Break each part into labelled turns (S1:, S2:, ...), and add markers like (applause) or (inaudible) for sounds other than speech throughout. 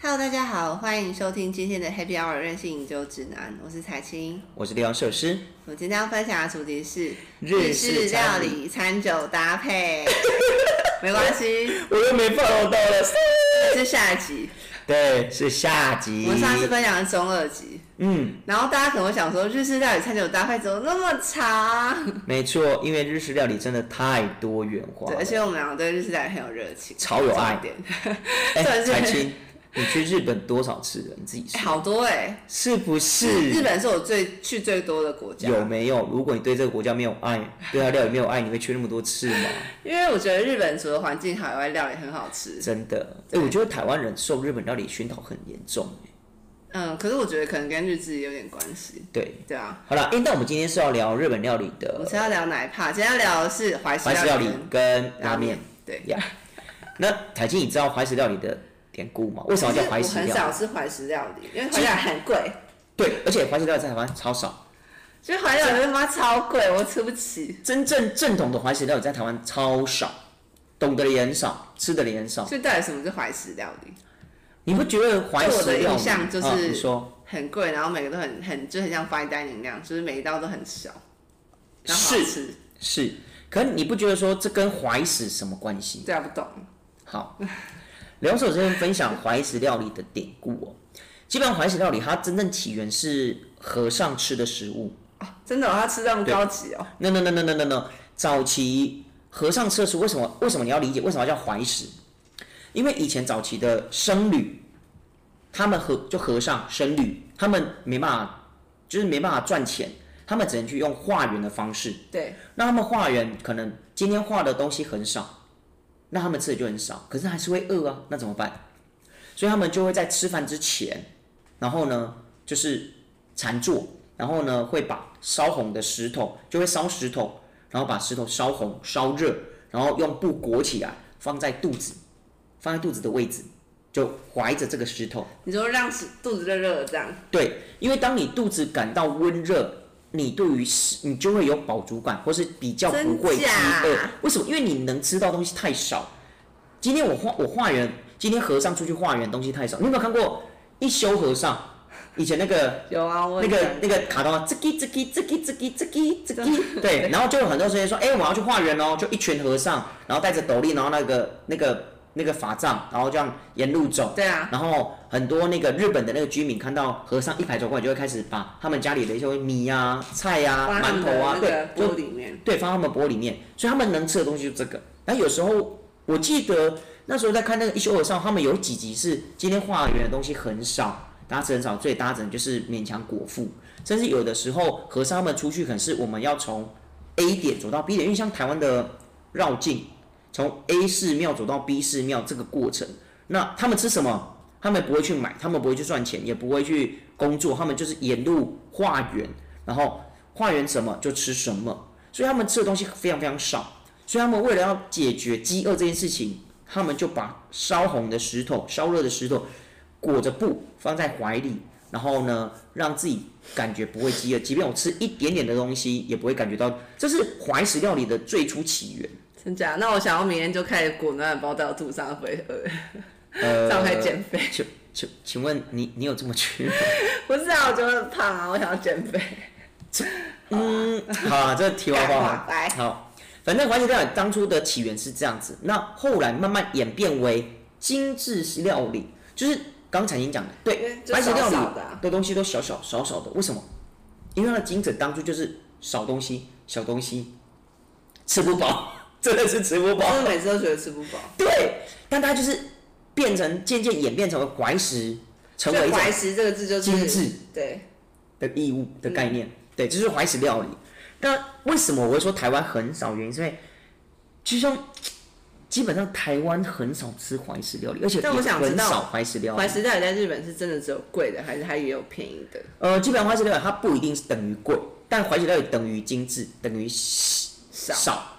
S1: Hello，大家好，欢迎收听今天的 Happy Hour 任性饮酒指南，我是彩青。
S2: 我是地方设施，
S1: 我今天要分享的主题是
S2: 日
S1: 式
S2: 式
S1: 料
S2: 料
S1: 理
S2: 理
S1: 餐酒搭配， (laughs) 没关系，
S2: 我又没放到了。
S1: 是下集。
S2: 对，是下集。
S1: 我们上次分享的中二集，
S2: 嗯，
S1: 然后大家可能会想说，日式料理餐酒搭配怎么那么长？
S2: 没错，因为日式料理真的太多元化
S1: 对，
S2: 了
S1: 而。且我们两个对日式料理很有热情，
S2: 超有爱
S1: 重点，真
S2: 哎、
S1: 的是
S2: 彩青，你去日本多少次了？你自己
S1: 哎
S2: 说，
S1: 好多哎、
S2: 是不是？
S1: 日本是我最去最多的国家，
S2: 有没有？如果你对这个国家没有爱，对它料理没有爱，你会去那么多次
S1: (laughs)
S2: 吗？
S1: 因为我觉得日本除了环境好以外，料理很好吃。
S2: 真的，哎、我觉得台湾人受日本料理熏陶很严重、
S1: 嗯，可是我觉得可能跟日志有点关系。
S2: 对，
S1: 对啊，
S2: 好了，哎、那我们今天是要聊日本料理
S1: 我们
S2: 的
S1: 今天要聊哪一趴？今天要聊的是怀
S2: 怀
S1: 石
S2: 石料理
S1: 跟
S2: 跟拉面。。
S1: 对，
S2: 呀、那台青，你知道怀石料理的典故吗？为什么叫怀
S1: 其实
S2: 石
S1: 我很
S2: 料理？
S1: 少吃怀石料理，因为怀石料理很贵，
S2: 对，而且怀石料理在台湾超少，
S1: 就是怀石料理他妈超贵，我吃不起，
S2: 真正正统的怀石料理在台湾超少，懂得的也很少，吃的也很少。
S1: 所以到底什么是怀石料理？
S2: 你不觉得怀
S1: 就我的
S2: 石料
S1: 印
S2: 理？
S1: 象就是
S2: 啊你说
S1: 很贵，然后每个都很很就很像 fine dining 那样，就是每一道都很小，然后好
S2: 是
S1: 吃，
S2: 是，可你不觉得说这跟怀石什么关系？
S1: 对啊，不懂。 (laughs)
S2: 好，聊首先分享怀石料理的典故哦。基本上怀石料理它真正起源是和尚吃的食物。
S1: 哦，真的、哦，他吃这么高级哦，
S2: no no no no no no no，早期和尚吃的食物为什么为什么你要理解为什么叫怀石？因为以前早期的僧侣，他们和就和尚僧侣，他们没办法，就是没办法赚钱，他们只能去用化缘的方式。
S1: 对，
S2: 那他们化缘可能今天化的东西很少，那他们吃的就很少，可是还是会饿啊，那怎么办？所以他们就会在吃饭之前，然后呢就是禅坐，然后呢会把烧红的石头，就会烧石头，然后把石头烧红、烧热，然后用布裹起来，放在肚子，放在肚子的位置，就怀着这个石头。
S1: 你说让食肚子热热的这样，
S2: 对，因为当你肚子感到温热，你对于食你就会有饱足感，或是比较不会饥
S1: 真假
S2: 饿。为什么？因为你能吃到东西太少。今天我化我化缘，今天和尚出去化缘，东西太少。你有没有看过一休和尚？以前那个
S1: 有啊，我
S2: 那
S1: 也
S2: 个
S1: 想
S2: 那个卡通啊，吱叽吱叽吱叽吱叽吱叽吱叽，对，然后就有很多时间说，哎、我要去化缘哦，就一群和尚，然后戴着斗笠，然后那个那个那个法杖，然后这样沿路走，
S1: 对啊，
S2: 然后很多那个日本的那个居民看到和尚一排走过来，就会开始把他们家里的一些米啊、菜呀、
S1: 放
S2: 啊、
S1: 在他
S2: 馒
S1: 们
S2: 头
S1: 的
S2: 啊，
S1: 那
S2: 对
S1: 个，
S2: 就
S1: 锅里面，
S2: 对，放他们钵里面，所以他们能吃的东西就这个。然后有时候我记得那时候在看那个一休和尚，他们有几集是今天化缘的东西很少，大家吃很少，所以大家只能就是勉强果腹。甚至有的时候和尚他们出去，可能是我们要从 A 点走到 B 点，因为像台湾的绕境，从 A 寺庙走到 B 寺庙这个过程，那他们吃什么？他们不会去买，他们不会去赚钱，也不会去工作，他们就是沿路化缘，然后化缘什么就吃什么。所以他们吃的东西非常非常少。所以他们为了要解决饥饿这件事情，他们就把烧红的石头、烧热的石头裹着布放在怀里，然后呢，让自己感觉不会饥饿，即便我吃一点点的东西，也不会感觉到。这是怀石料理的最初起源。
S1: 真假？那我想要明天就开始裹暖包在我肚上，会不会饿？
S2: 呃
S1: 这样可以减肥。
S2: 请请请问你你有这么去吗？
S1: (laughs) 不是啊，我觉得很胖啊，我想要减肥。
S2: (laughs) 好啊，这题外话啊。
S1: 拜
S2: 好，反正怀石料理当初的起源是这样子，那后来慢慢演变为精致料理，就是刚才您讲的，
S1: 因为
S2: 对，
S1: 就
S2: 怀石料理
S1: 少少的啊
S2: 的东西都小小少少的，为什么？因为它的精准当初就是少东西，小东西，吃不饱， (laughs) 真的是吃不饱。
S1: 我每次都觉得吃不饱，
S2: 对，但它就是变成渐渐演变成为怀石，成为
S1: 所以
S2: 一种
S1: 怀石这个字就是
S2: 精致。
S1: 对，
S2: 的义务的概
S1: 嗯
S2: 念，对，这就是怀石料理。那为什么我会说台湾很少？原因是因为，就像基本上台湾很少吃怀石料理，而且
S1: 但我
S2: 也
S1: 想知
S2: 很
S1: 道
S2: 少怀石料理
S1: 怀。石到底在日本是真的只有贵的，还是它也有便宜的？
S2: 呃，基本上怀石料理它不一定是等于贵，但怀石料理等于精致，等于
S1: 少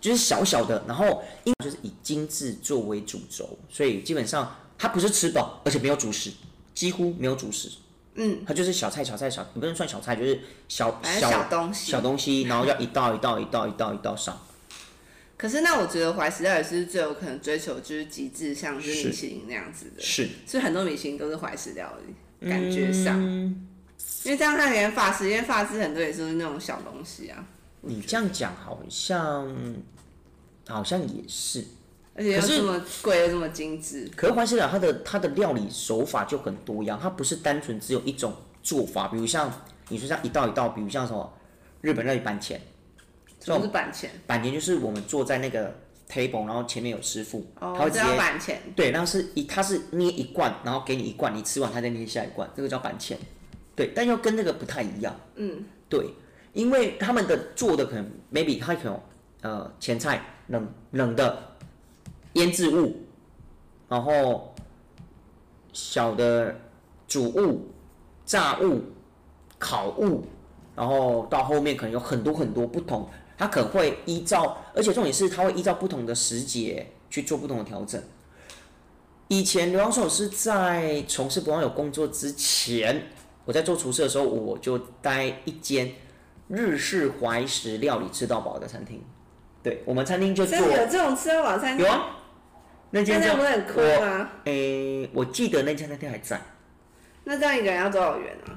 S2: 就是小小的。然后因为就是以精致作为主轴，所以基本上它不是吃饱，而且没有主食，几乎没有主食。嗯，它就是小菜小菜小，也不能算小菜，就是小
S1: 反正小东西
S2: 小东西，然后要一道一道一道一道一道上。
S1: 可是那我觉得怀石料理是最有可能追求就是极致，像是米其林那样子的，
S2: 是
S1: 所以很多米其林都是怀石料理，感觉上，
S2: 嗯
S1: 因为这样看连法式，因为法式很多也是那种小东西啊，
S2: 你这样讲好像好像也是，
S1: 而且又
S2: 可是
S1: 这么贵又这么精致，
S2: 可是怀石料它的它的料理手法就很多样，它不是单纯只有一种做法，比如像你说像一道一道，比如像什么日本料理板前，
S1: 什么是板前？
S2: 板前就是我们坐在那个 table，然后前面有师傅，
S1: 哦
S2: 他，会直
S1: 这
S2: 接
S1: 要板前，
S2: 对，然后是一，它是捏一罐，然后给你一罐，你吃完它再捏下一罐，这个叫板前。对，但又跟那个不太一样。嗯，对，因为他们的做的可能 maybe 它可能呃前菜冷冷的腌制物，然后小的煮物、炸物、烤物，然后到后面可能有很多很多不同，它可能会依照，而且重点是它会依照不同的时节去做不同的调整。以前刘洋寿是在从事不忘有工作之前，我在做厨师的时候，我就待一间日式怀石料理吃到饱的餐厅。对我们餐厅就做
S1: 真的有这种吃到饱餐
S2: 有
S1: 厅，
S2: 啊，那间
S1: 那这
S2: 叫
S1: 样不会很啊亏吗？
S2: 诶、我记得那家餐厅还在。
S1: 那这样一个人要多少元啊？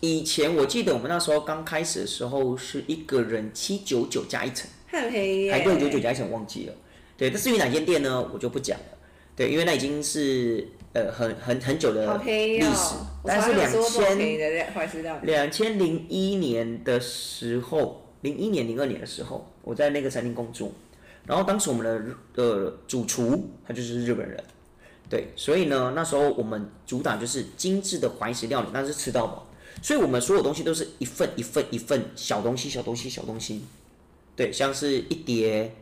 S2: 以前我记得我们那时候刚开始的时候是一个人七九九加一层，
S1: 很便宜耶，
S2: 还六九九加一层忘记了。对，但至于哪间店呢，我就不讲了。对，因为那已经是呃很很很久
S1: 好
S2: 的
S1: 便宜
S2: 历史
S1: 哦！我
S2: 但是
S1: 从来没有吃过这么
S2: 2000
S1: 便宜的料怀石料理，
S2: 两千零一年的时候，零一年、零二年的时候，我在那个餐厅工作，然后当时我们的日呃主厨他就是日本人，对，所以呢，那时候我们主打就是精致的怀石料理，那是吃到饱，所以我们所有东西都是一份一份一份小东西、小东西、小东西，对，像是一碟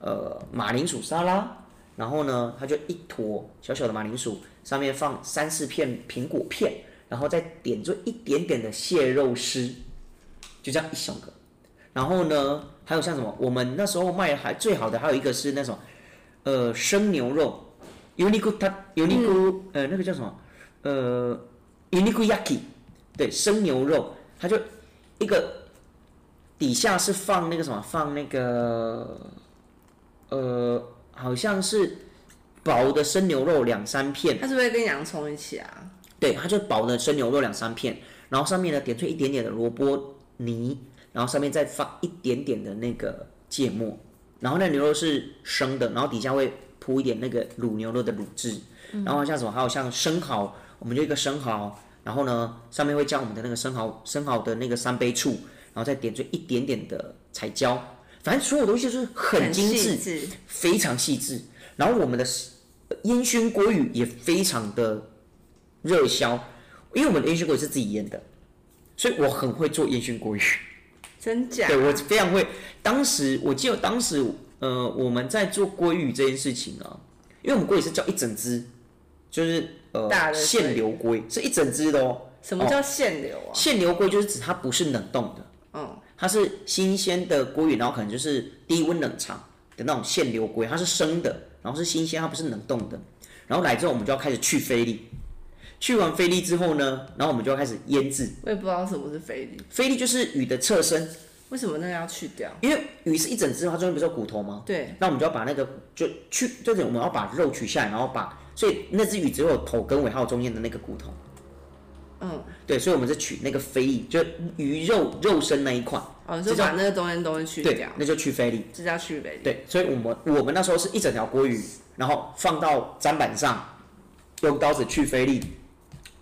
S2: 呃马铃薯沙拉，然后呢，它就一坨小小的马铃薯，上面放三四片苹果片。然后再点缀一点点的蟹肉丝，就这样一小个。然后呢，还有像什么，我们那时候卖还最好的还有一个是那种，呃，生牛肉，uniku 它 uniku、呃那个叫什么，呃，uniku yaki，对，生牛肉，它就一个底下是放那个什么，放那个，呃，好像是薄的生牛肉两三片。
S1: 它是不是跟洋葱一起啊？
S2: 对，它就薄的生牛肉两三片，然后上面呢点缀一点点的萝卜泥，然后上面再放一点点的那个芥末，然后那牛肉是生的，然后底下会铺一点那个卤牛肉的卤汁，然后像什么，还有像生蚝，我们就一个生蚝，然后呢上面会加我们的那个生蚝生蚝的那个三杯醋，然后再点缀一点点的彩椒，反正所有东西就是很精致
S1: 细，致，
S2: 非常细致。然后我们的呃烟熏锅鱼也非常的热销，因为我们的烟熏锅鱼是自己腌的，所以我很会做烟熏锅鱼。
S1: 真假？
S2: 对我非常会。当时我记得当时呃我们在做鲑鱼这件事情啊，因为我们鲑鱼是叫一整只，就是呃
S1: 大的
S2: 现
S1: 鲑
S2: 流鲑是一整只的哦。
S1: 什么叫现流啊？
S2: 现流鲑就是指它不是冷冻的，
S1: 嗯，
S2: 它是新鲜的鲑鱼，然后可能就是低温冷藏的那种现流鲑，它是生的，然后是新鲜，它不是冷冻的。然后来之后，我们就要开始去菲力，去完菲力之后呢，然后我们就要开始腌制。
S1: 我也不知道什么是菲力，
S2: 菲力就是鱼的侧身，
S1: 为什么那个要去掉？
S2: 因为鱼是一整只，它中间不是有骨头吗？
S1: 对，
S2: 那我们就要把那个就去，就是我们要哦把肉取下来，然后把所以那只鱼只有头跟尾，还有中间的那个骨头。
S1: 嗯，
S2: 对，所以我们是取那个菲力，就鱼肉肉身那一块，
S1: 哦，
S2: 这
S1: 就
S2: 叫
S1: 把那个东西东西去
S2: 对
S1: 掉，，
S2: 那就去菲力。
S1: 这叫去菲力。
S2: 对，所以我们我们那时候是一整条锅鱼，然后放到砧板上，用刀子去菲力，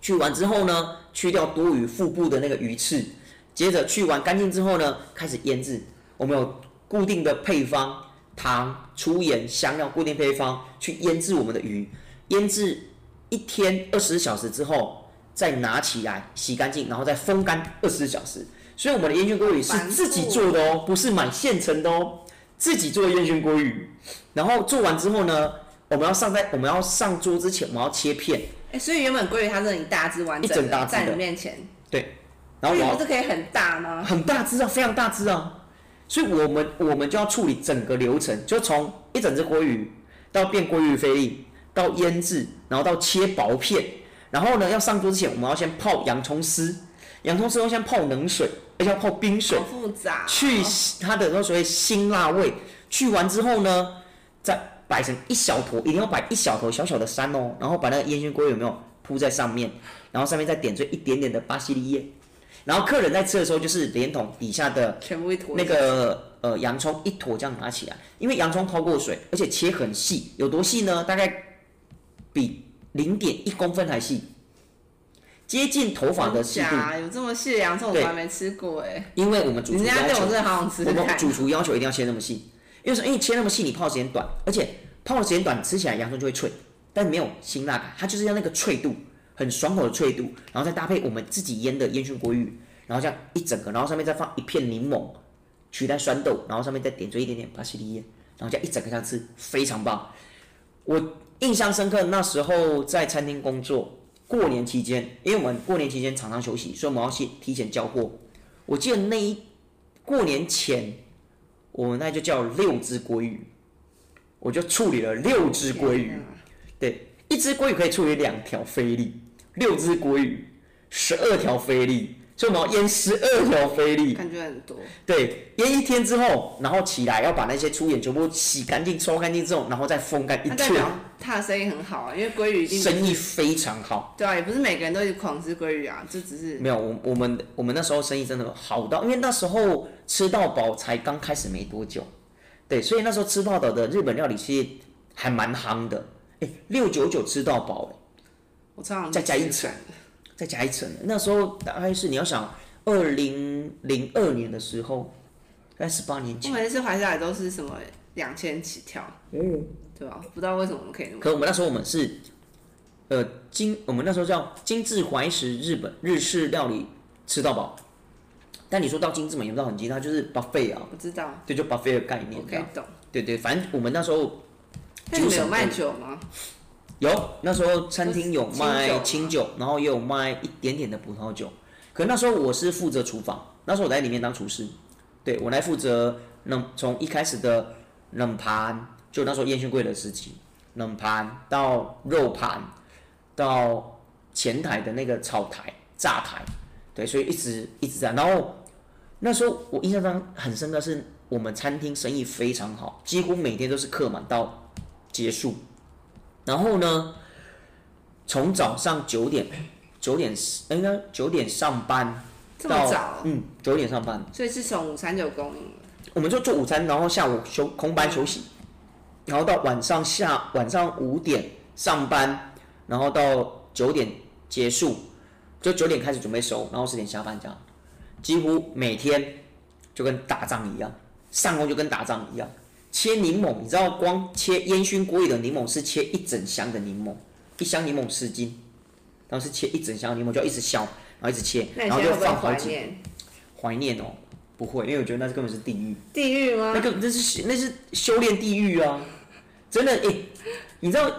S2: 去完之后呢，去掉多余腹部的那个鱼刺，接着去完干净之后呢，开始腌制。我们有固定的配方，糖、粗盐、香料，固定配方去腌制我们的鱼，腌制一天二十小时之后。再拿起来洗干净，然后再风干二十小时。所以我们的烟熏锅鱼是
S1: 繁复
S2: 自己做的哦，不是买现成的哦。自己做烟熏锅鱼，然后做完之后呢，我们要上在我们要上桌之前，我们要切片，
S1: 哎，所以原本鲑鱼它是很大只完
S2: 一整
S1: 整的
S2: 大只的
S1: 在你面前，鲑
S2: 然后我
S1: 鱼
S2: 要
S1: 不是可以很大吗？
S2: 很大只啊，非常大只啊，所以我们我们就要处理整个流程，就从一整只鲑鱼到变鲑鱼菲力，到腌制，然后到切薄片，然后呢要上桌之前，我们要先泡洋葱丝，洋葱丝要先泡冷水，而且要泡冰水
S1: 好，复杂哦，
S2: 去它的那所谓辛辣味，去完之后呢，再摆成一小坨，一定要摆一小坨小小的山哦，然后把那个烟熏锅有没有铺在上面，然后上面再点缀一点点的巴西利叶，然后客人在吃的时候就是连同底下的
S1: 全部一坨
S2: 那个呃洋葱一坨这样拿起来，因为洋葱泡过水，而且切很细，有多细呢？大概比零点一公分还细，接近头发的细
S1: 真
S2: 度。
S1: 假有这么细的洋葱，我
S2: 对
S1: 从来没吃过哎。
S2: 因为我们主
S1: 人
S2: 厨
S1: 家
S2: 要
S1: 对
S2: 求
S1: 我真的好想吃
S2: 我
S1: 吃
S2: 们
S1: 看。
S2: 主厨要求一定要切那么细，因为说因为切那么细，你泡的时间短，而且泡的时间短，吃起来洋葱就会脆，但没有辛辣感，它就是要那个脆度，很爽口的脆度，然后再搭配我们自己腌的烟熏鲑鱼，然后这样一整个，然后上面再放一片柠檬，取代酸豆，然后上面再点缀一点点巴西利叶，然后这样一整个这样吃，非常棒。我印象深刻，那时候在餐厅工作，过年期间，因为我们过年期间常常休息，所以我们要先提前交货。我记得那一过年前，我们那就叫六只鲑鱼，我就处理了六只鲑鱼
S1: 天。哪
S2: 对，一只鲑鱼可以处理两条菲力，六只鲑鱼，十二条菲力，所以我们要腌十二条菲力。
S1: 啊感觉很多，
S2: 对，腌一天之后，然后起来要把那些粗盐全部洗干净、抽干净之后，然后再风干一
S1: 那代
S2: 天
S1: 表，他的生意很好啊，因为鲑鱼一定
S2: 生意非常好。
S1: 对啊，也不是每个人都一直狂吃鲑鱼啊，就只是
S2: 没有，我我们我们那时候生意真的好到，因为那时候吃到饱才刚开始没多久，对，所以那时候吃到饱的日本料理其实还蛮夯的。哎，六九九吃到饱，
S1: 我常常
S2: 再加一
S1: 层
S2: 层，再加一层。那时候大概是你要想，二零零二年的时候，大概十八年
S1: 我
S2: 前。
S1: 每次怀下来都是什么两千起跳，
S2: 哦
S1: 对吧、不知道为什么我们可以那么
S2: 可我们那时候我们是，呃，精我们那时候叫精致怀石日本日式料理吃到饱，但你说到精致嘛，也不知道很精致，它就是 buffet 啊，
S1: 我知道，
S2: 对，就 buffet 的概念
S1: 我
S2: 这
S1: 可以
S2: 样。
S1: 懂。
S2: 对对，反正我们那时候
S1: 那你们
S2: 酒
S1: 有
S2: 省
S1: 卖酒吗？
S2: 有那时候餐厅有卖
S1: 清
S2: 清酒，然后也有卖一点点的葡萄酒。可那时候我是负责厨房，那时候我在里面当厨师，对我来负责冷从一开始的冷盘，就那时候烟熏柜的时期，冷盘到肉盘，到前台的那个炒台、炸台，对，所以一直一直在。然后那时候我印象当很深刻是，我们餐厅生意非常好，几乎每天都是客满到结束。然后呢，从早上九点九点哎应该九点上班
S1: 这么
S2: 到
S1: 早，哦
S2: 嗯九点上班，
S1: 所以是从午餐就有供应了。
S2: 我们就做午餐，然后下午休空班休息，然后到晚上下晚上五点上班，然后到九点结束，就九点开始准备收，然后十点下班这样，几乎每天就跟打仗一样，上工就跟打仗一样。切柠檬，你知道光切烟熏锅里的柠檬是切一整箱的柠檬，一箱柠檬十斤，然后是切一整箱柠檬，就要一直削，然后一直切，
S1: 那你
S2: 然
S1: 现在
S2: 后就
S1: 会不
S2: 放好
S1: 会怀
S2: 几。
S1: 念
S2: 怀念哦，不会，因为我觉得那根本是地狱。
S1: 地狱吗
S2: 那？个那是那是修炼地狱啊！真的，哎、你知道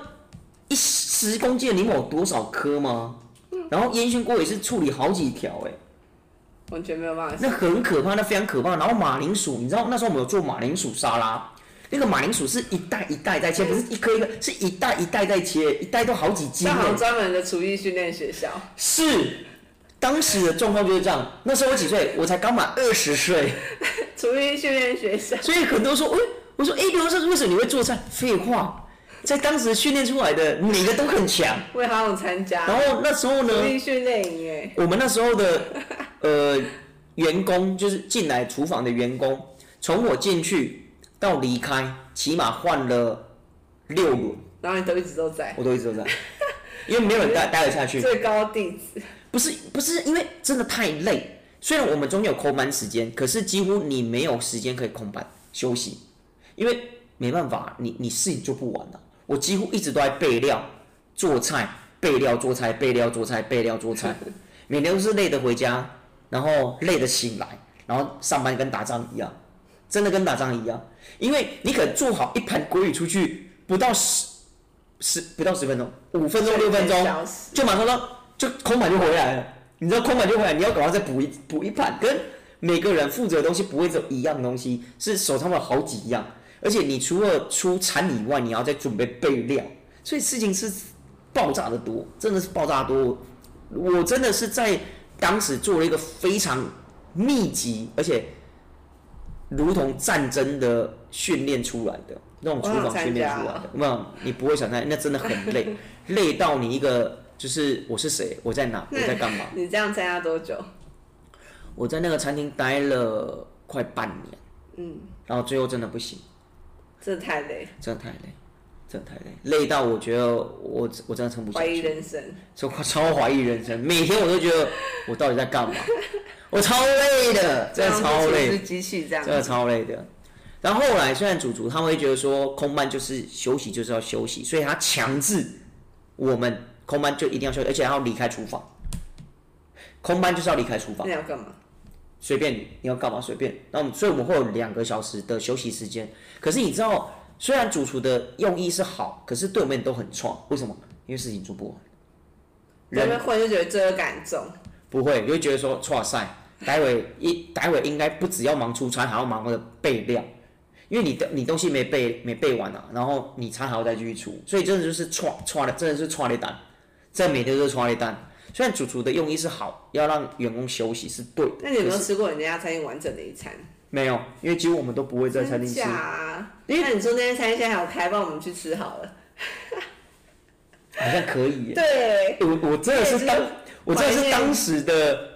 S2: 一十公斤的柠檬有多少颗吗？然后烟熏锅也是处理好几条，哎，
S1: 完全没有办法
S2: 那
S1: 想。
S2: 很可怕，那非常可怕。然后马铃薯，你知道那时候我们有做马铃薯沙拉，那个马铃薯是一袋一袋在切，不是一颗一颗，是一袋一袋在切，一袋都好几斤
S1: 那
S2: 哎
S1: 好像专门的厨艺训练学校，
S2: 是，当时的状况就是这样。那时候我几岁？我才刚满二十岁。
S1: 厨艺训练学校，
S2: 所以很多人说，哎、我说，哎、刘胜为什么你会做菜？废话，在当时训练出来的每个都很强。
S1: 我也好想参加。
S2: 然后那时候
S1: 厨
S2: 呢，
S1: 艺训练营哎，
S2: 我们那时候的呃员工，就是进来厨房的员工，从我进去到离开，起码换了六轮，
S1: 然后你都一直都在，
S2: 我都一直都在，因为没有人待待得下去。
S1: 最高弟子，
S2: 不是不是，因为真的太累。虽然我们中间有空班时间，可是几乎你没有时间可以空班休息，因为没办法，你你事情做不完了、我几乎一直都在备料、做菜、备料、做菜、备料、做菜、备料、做菜，每天都是累的回家，然后累的醒来，然后上班跟打仗一样，真的跟打仗一样。因为你可能做好一盘鲑鱼出去，不到十十不到十分钟，五分钟六分钟，
S1: 消失
S2: 就马上说就空盘就回来了。你知道空盘就回来，你要赶快再补一补一盘，跟每个人负责的东西不会只有一样东西，是手上的好几样。而且你除了出餐以外，你要再准备备料，所以事情是爆炸的多，真的是爆炸得多。我真的是在当时做了一个非常密集，而且如同战争的训练出来的那种厨
S1: 我
S2: 房
S1: 想参
S2: 训练
S1: 加
S2: 出来的
S1: 哦，
S2: 那你不会想参加，那真的很累，累到你一个就是我是谁，我在哪，我
S1: 那
S2: 在干嘛？
S1: 你这样参加多久？
S2: 我在那个餐厅待了快半年，嗯，然后最后真的不行，
S1: 真的太累，
S2: 真的太累，真的太累，累到我觉得我我真的撑不下
S1: 怀疑
S2: 去，
S1: 人生。
S2: 超超怀疑人生，每天我都觉得我到底在干嘛，我超累的，真的超累的
S1: 是机器这样
S2: 真。的超累的。然后后来虽然主厨他会觉得说空班就是休息就是要休息，所以他强制我们空班就一定要休息，而且还要离开厨房。空班就是要离开厨
S1: 那
S2: 房
S1: 你，要干嘛？
S2: 随便你你要干嘛随便。那我们所以我们会有两个小时的休息时间。可是你知道，虽然主厨的用意是好，可是对我们都很创。为什么？因为事情做不完，
S1: 在
S2: 人
S1: 那边混就觉得罪恶感重，
S2: 不会，你会觉得说，哇塞，待会一待会应该不只要忙出餐，还要忙我的备料，因为你的你东西没备没备完啊，然后你餐还要再继续出，所以真的就是串串的，真的是串的单，这每天都是串的单。虽然主厨的用意是好，要让员工休息是对的，
S1: 那你有没有
S2: 可是
S1: 吃过人家餐厅完整的一餐？
S2: 没有，因为几乎我们都不会在餐厅吃
S1: (laughs) 真假。啊？
S2: 因为
S1: 那你说那间餐厅现在还有开，帮我们去吃好了。
S2: 好像可以耶。
S1: 对，
S2: 欸我我真的是
S1: 对
S2: 当
S1: 就是，
S2: 我真的
S1: 怀
S2: 是
S1: 念
S2: 当时的，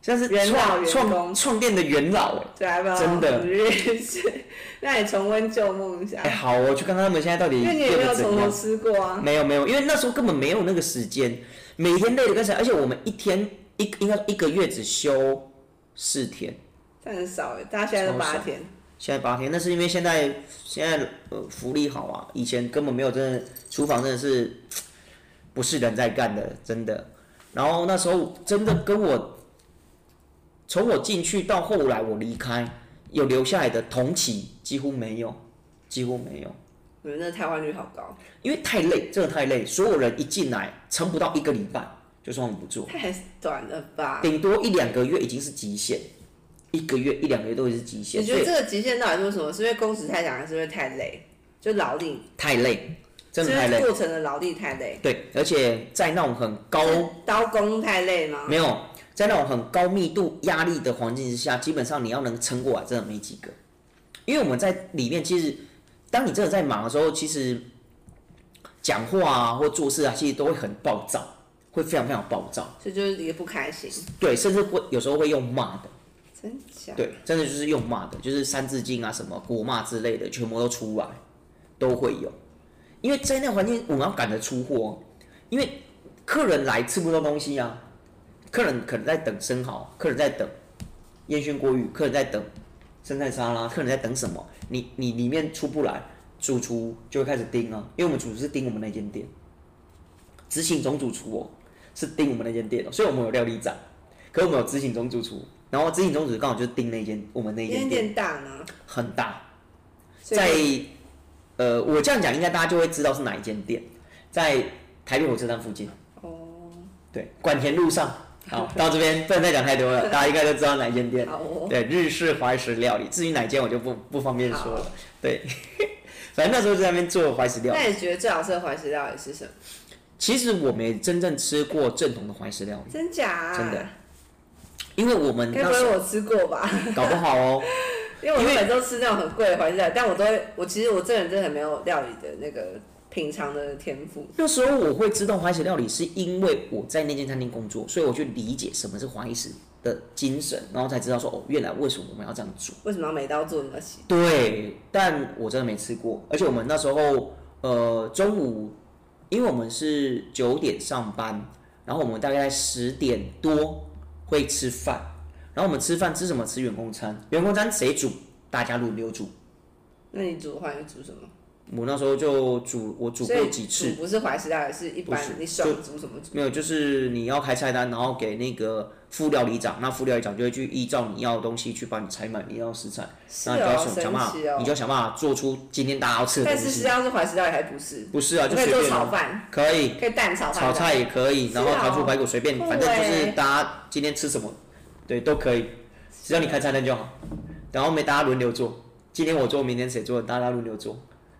S2: 像是
S1: 元老
S2: 创
S1: 员
S2: 创
S1: 工
S2: 创店的元老哎。
S1: 对啊吧？
S2: 真的
S1: 我认识，让你重温旧梦一下
S2: 哎、，好哦，我去看看他们现在到底
S1: 因为你也
S2: 变
S1: 没
S2: 得
S1: 有
S2: 怎
S1: 从
S2: 样
S1: 头。吃过啊。
S2: 没有没有，因为那时候根本没有那个时间，每天累得跟谁，而且我们一天一应该一个月只休四天，
S1: 但很少耶，大家现在都
S2: 超少
S1: 八天，
S2: 现在八天，那是因为现在现在呃福利好啊，以前根本没有，真的厨房真的是不是人在干的，真的。然后那时候真的跟我从我进去到后来我离开，有留下来的同期几乎没有，几乎没有。
S1: 你们那台湾率好高，
S2: 因为太累，真的太累，所有人一进来撑不到一个礼拜就说我们不做，
S1: 太短了吧？
S2: 顶多一两个月已经是极限，一个月一两个月都已经是极限，
S1: 你
S2: 所
S1: 觉得
S2: 以
S1: 这个极限到底是为什么？是因为工时太长，还是因为太累？就劳力，
S2: 太累，真的太
S1: 是因
S2: 累
S1: 为。过程的劳力太累，
S2: 对，而且在那种很高
S1: 是刀工太累吗？
S2: 没有在那种很高密度压力的环境之下，基本上你要能撑过来，真的没几个。因为我们在里面，其实当你真的在忙的时候，其实讲话啊或做事啊，其实都会很暴躁，会非常非常暴躁。
S1: 所以就是一个不开心，
S2: 对，甚至会有时候会用骂的。
S1: 真假？
S2: 对，真的就是用骂的，就是三字经啊、什么国骂之类的，全部都出来，都会有。因为在那个环境，我们要赶着出货，因为客人来吃不到东西啊，客人可能在等生蚝，客人在等烟熏锅鱼，客人在等生菜沙拉，客人在等什么？你你里面出不来，主厨就会开始盯啊，因为我们主厨是盯我们那间店，执行总主厨哦，是盯我们那间店哦，所以我们有料理长，可是我们有执行总主厨，然后执行总主厨刚好就盯那间我们那
S1: 因
S2: 间
S1: 为
S2: 店
S1: 店大呢，
S2: 很大，
S1: 所以
S2: 在呃我这样讲，应该大家就会知道是哪一间店，在台北火车站附近。
S1: 哦，
S2: 对，管田路上。好，到这边不能再讲太多了，大家应该都知道哪一间店。
S1: 好哦，
S2: 对，日式怀石料理，至于哪间我就不不方便说了
S1: 好。
S2: 对， (laughs) 反正那时候就在那边做怀石料理。
S1: 那你觉得最好吃的怀石料理是什么？
S2: 其实我没真正吃过正统的怀石料理，
S1: 真假、啊？
S2: 真的，因为我们
S1: 该
S2: 那
S1: 不
S2: 时
S1: 会
S2: 候
S1: 我吃过吧？
S2: 搞不好哦， (laughs)
S1: 因为我
S2: 因为
S1: 每次都吃那种很贵的怀石料理，但我都会，我其实我这人真的很没有料理的那个品尝的天赋。
S2: 那时候我会知道怀石料理，是因为我在那间餐厅工作，所以我去理解什么是怀石的精神，然后才知道说哦，原来为什么我们要这样做。
S1: 为什么要每刀做那么细？
S2: 对，但我真的没吃过，而且我们那时候呃中午，因为我们是九点上班，然后我们大概十点多会吃饭，然后我们吃饭吃什么？吃员工餐，员工餐谁煮？大家轮流煮。
S1: 那你煮的话，你煮什么？
S2: 我那时候就煮，我煮
S1: 所
S2: 过
S1: 以
S2: 几次，
S1: 煮不是怀石料理，是一般
S2: 不是
S1: 你爽煮什么煮。
S2: 没有，就是你要开菜单，然后给那个副料理长，那副料理长就会去依照你要的东西去帮你采买你要的食材，
S1: 是
S2: 那你就要
S1: 哦，
S2: 想想
S1: 神奇
S2: 办法，
S1: 哦。
S2: 你就想办法做出今天大家要吃的
S1: 但
S2: 东
S1: 事实
S2: 西。
S1: 上是怀石料理还不是，
S2: 不是啊，就
S1: 可
S2: 随
S1: 以做
S2: 便啊
S1: 炒饭，
S2: 可以，
S1: 可以蛋炒饭。啊
S2: 炒菜也可以，
S1: 是
S2: 然后
S1: 哦
S2: 糖醋排骨随便，
S1: 酷
S2: 反正就是
S1: 欸
S2: 大家今天吃什么，对，都可以，只要你开菜单就好。然后每大家轮流做，今天我做，明天谁做，大家轮流做，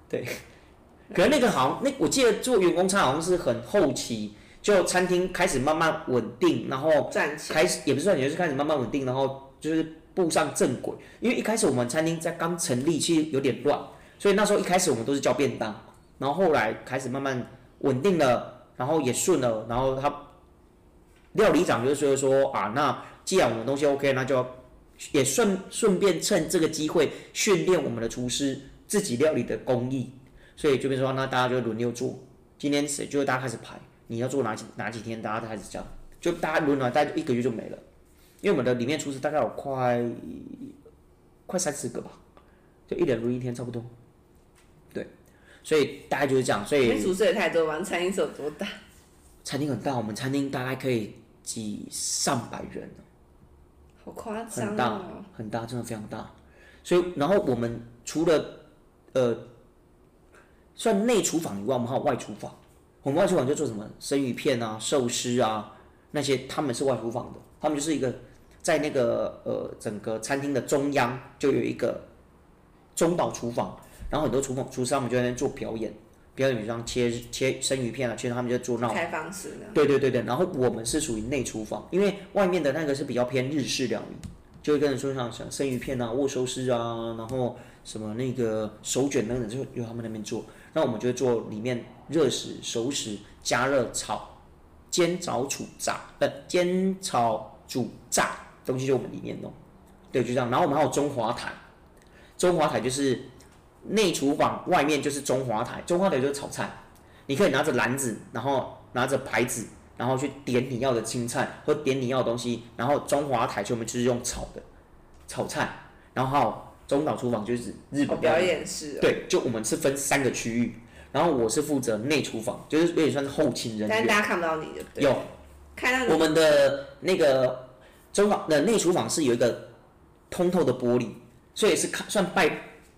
S2: 对。 (laughs) 可是那个好像，那我记得做员工餐好像是很后期，就餐厅开始慢慢稳定，然后
S1: 赚钱。
S2: 开始也不是赚钱，就是开始慢慢稳定，然后就是不步上正轨。因为一开始我们餐厅在刚成立，其实有点乱，所以那时候一开始我们都是叫便当，然后后来开始慢慢稳定了，然后也顺了，然后他料理长就说说啊，那既然我们东西 OK，那就要也顺顺便趁这个机会训练我们的厨师自己料理的工艺，所以就变成说，那大家就轮流做，今天谁就大家开始排，你要做哪几哪几天，大家开始这样，就大家轮完，大家就一个月就没了，因为我们的里面厨师大概有快快三十个吧，就一人轮一天差不多，对，所以大概就是这样，所
S1: 因
S2: 以
S1: 为厨师也太多吧，餐厅是有多大？
S2: 餐厅很大，我们餐厅大概可以挤上百人，
S1: 好夸张
S2: 很大
S1: 哦！
S2: 很大，真的非常大。所以，然后我们除了呃，算内厨房以外，我们还有外厨房。我们外厨房就做什么生鱼片啊、寿司啊那些，他们是外厨房的，他们就是一个在那个呃整个餐厅的中央就有一个中岛厨房，然后很多厨房厨师他们就在那边做表演，表演比如像切切生鱼片啊，其实他们就做那种
S1: 开放式呢？
S2: 对对对对，然后我们是属于内厨房，因为外面的那个是比较偏日式料理，就会跟人说像像生鱼片啊、握寿司啊，然后什么那个手卷等等，就由他们那边做。那我们就会做里面热食、熟食、加热、炒、煎、炒、煮、炸，不、煎、炒、煮、炸东西就我们里面弄。对，就这样。然后我们还有中华台，中华台就是内厨房，外面就是中华台，中华台就是炒菜。你可以拿着篮子，然后拿着牌子，然后去点你要的青菜或点你要的东西。然后中华台全部就是用炒的炒菜，然后还有中岛厨房就是日
S1: 哦，
S2: 本料
S1: 表
S2: 理
S1: 演式哦。
S2: 对，就我们是分三个区域，然后我是负责内厨房，就是有点算是后勤人
S1: 但是
S2: 员。
S1: 大家看不到你就对了。
S2: 有
S1: 看到
S2: 我
S1: 你
S2: 们的那个中房的内厨房是有一个通透的玻璃，所以是开算半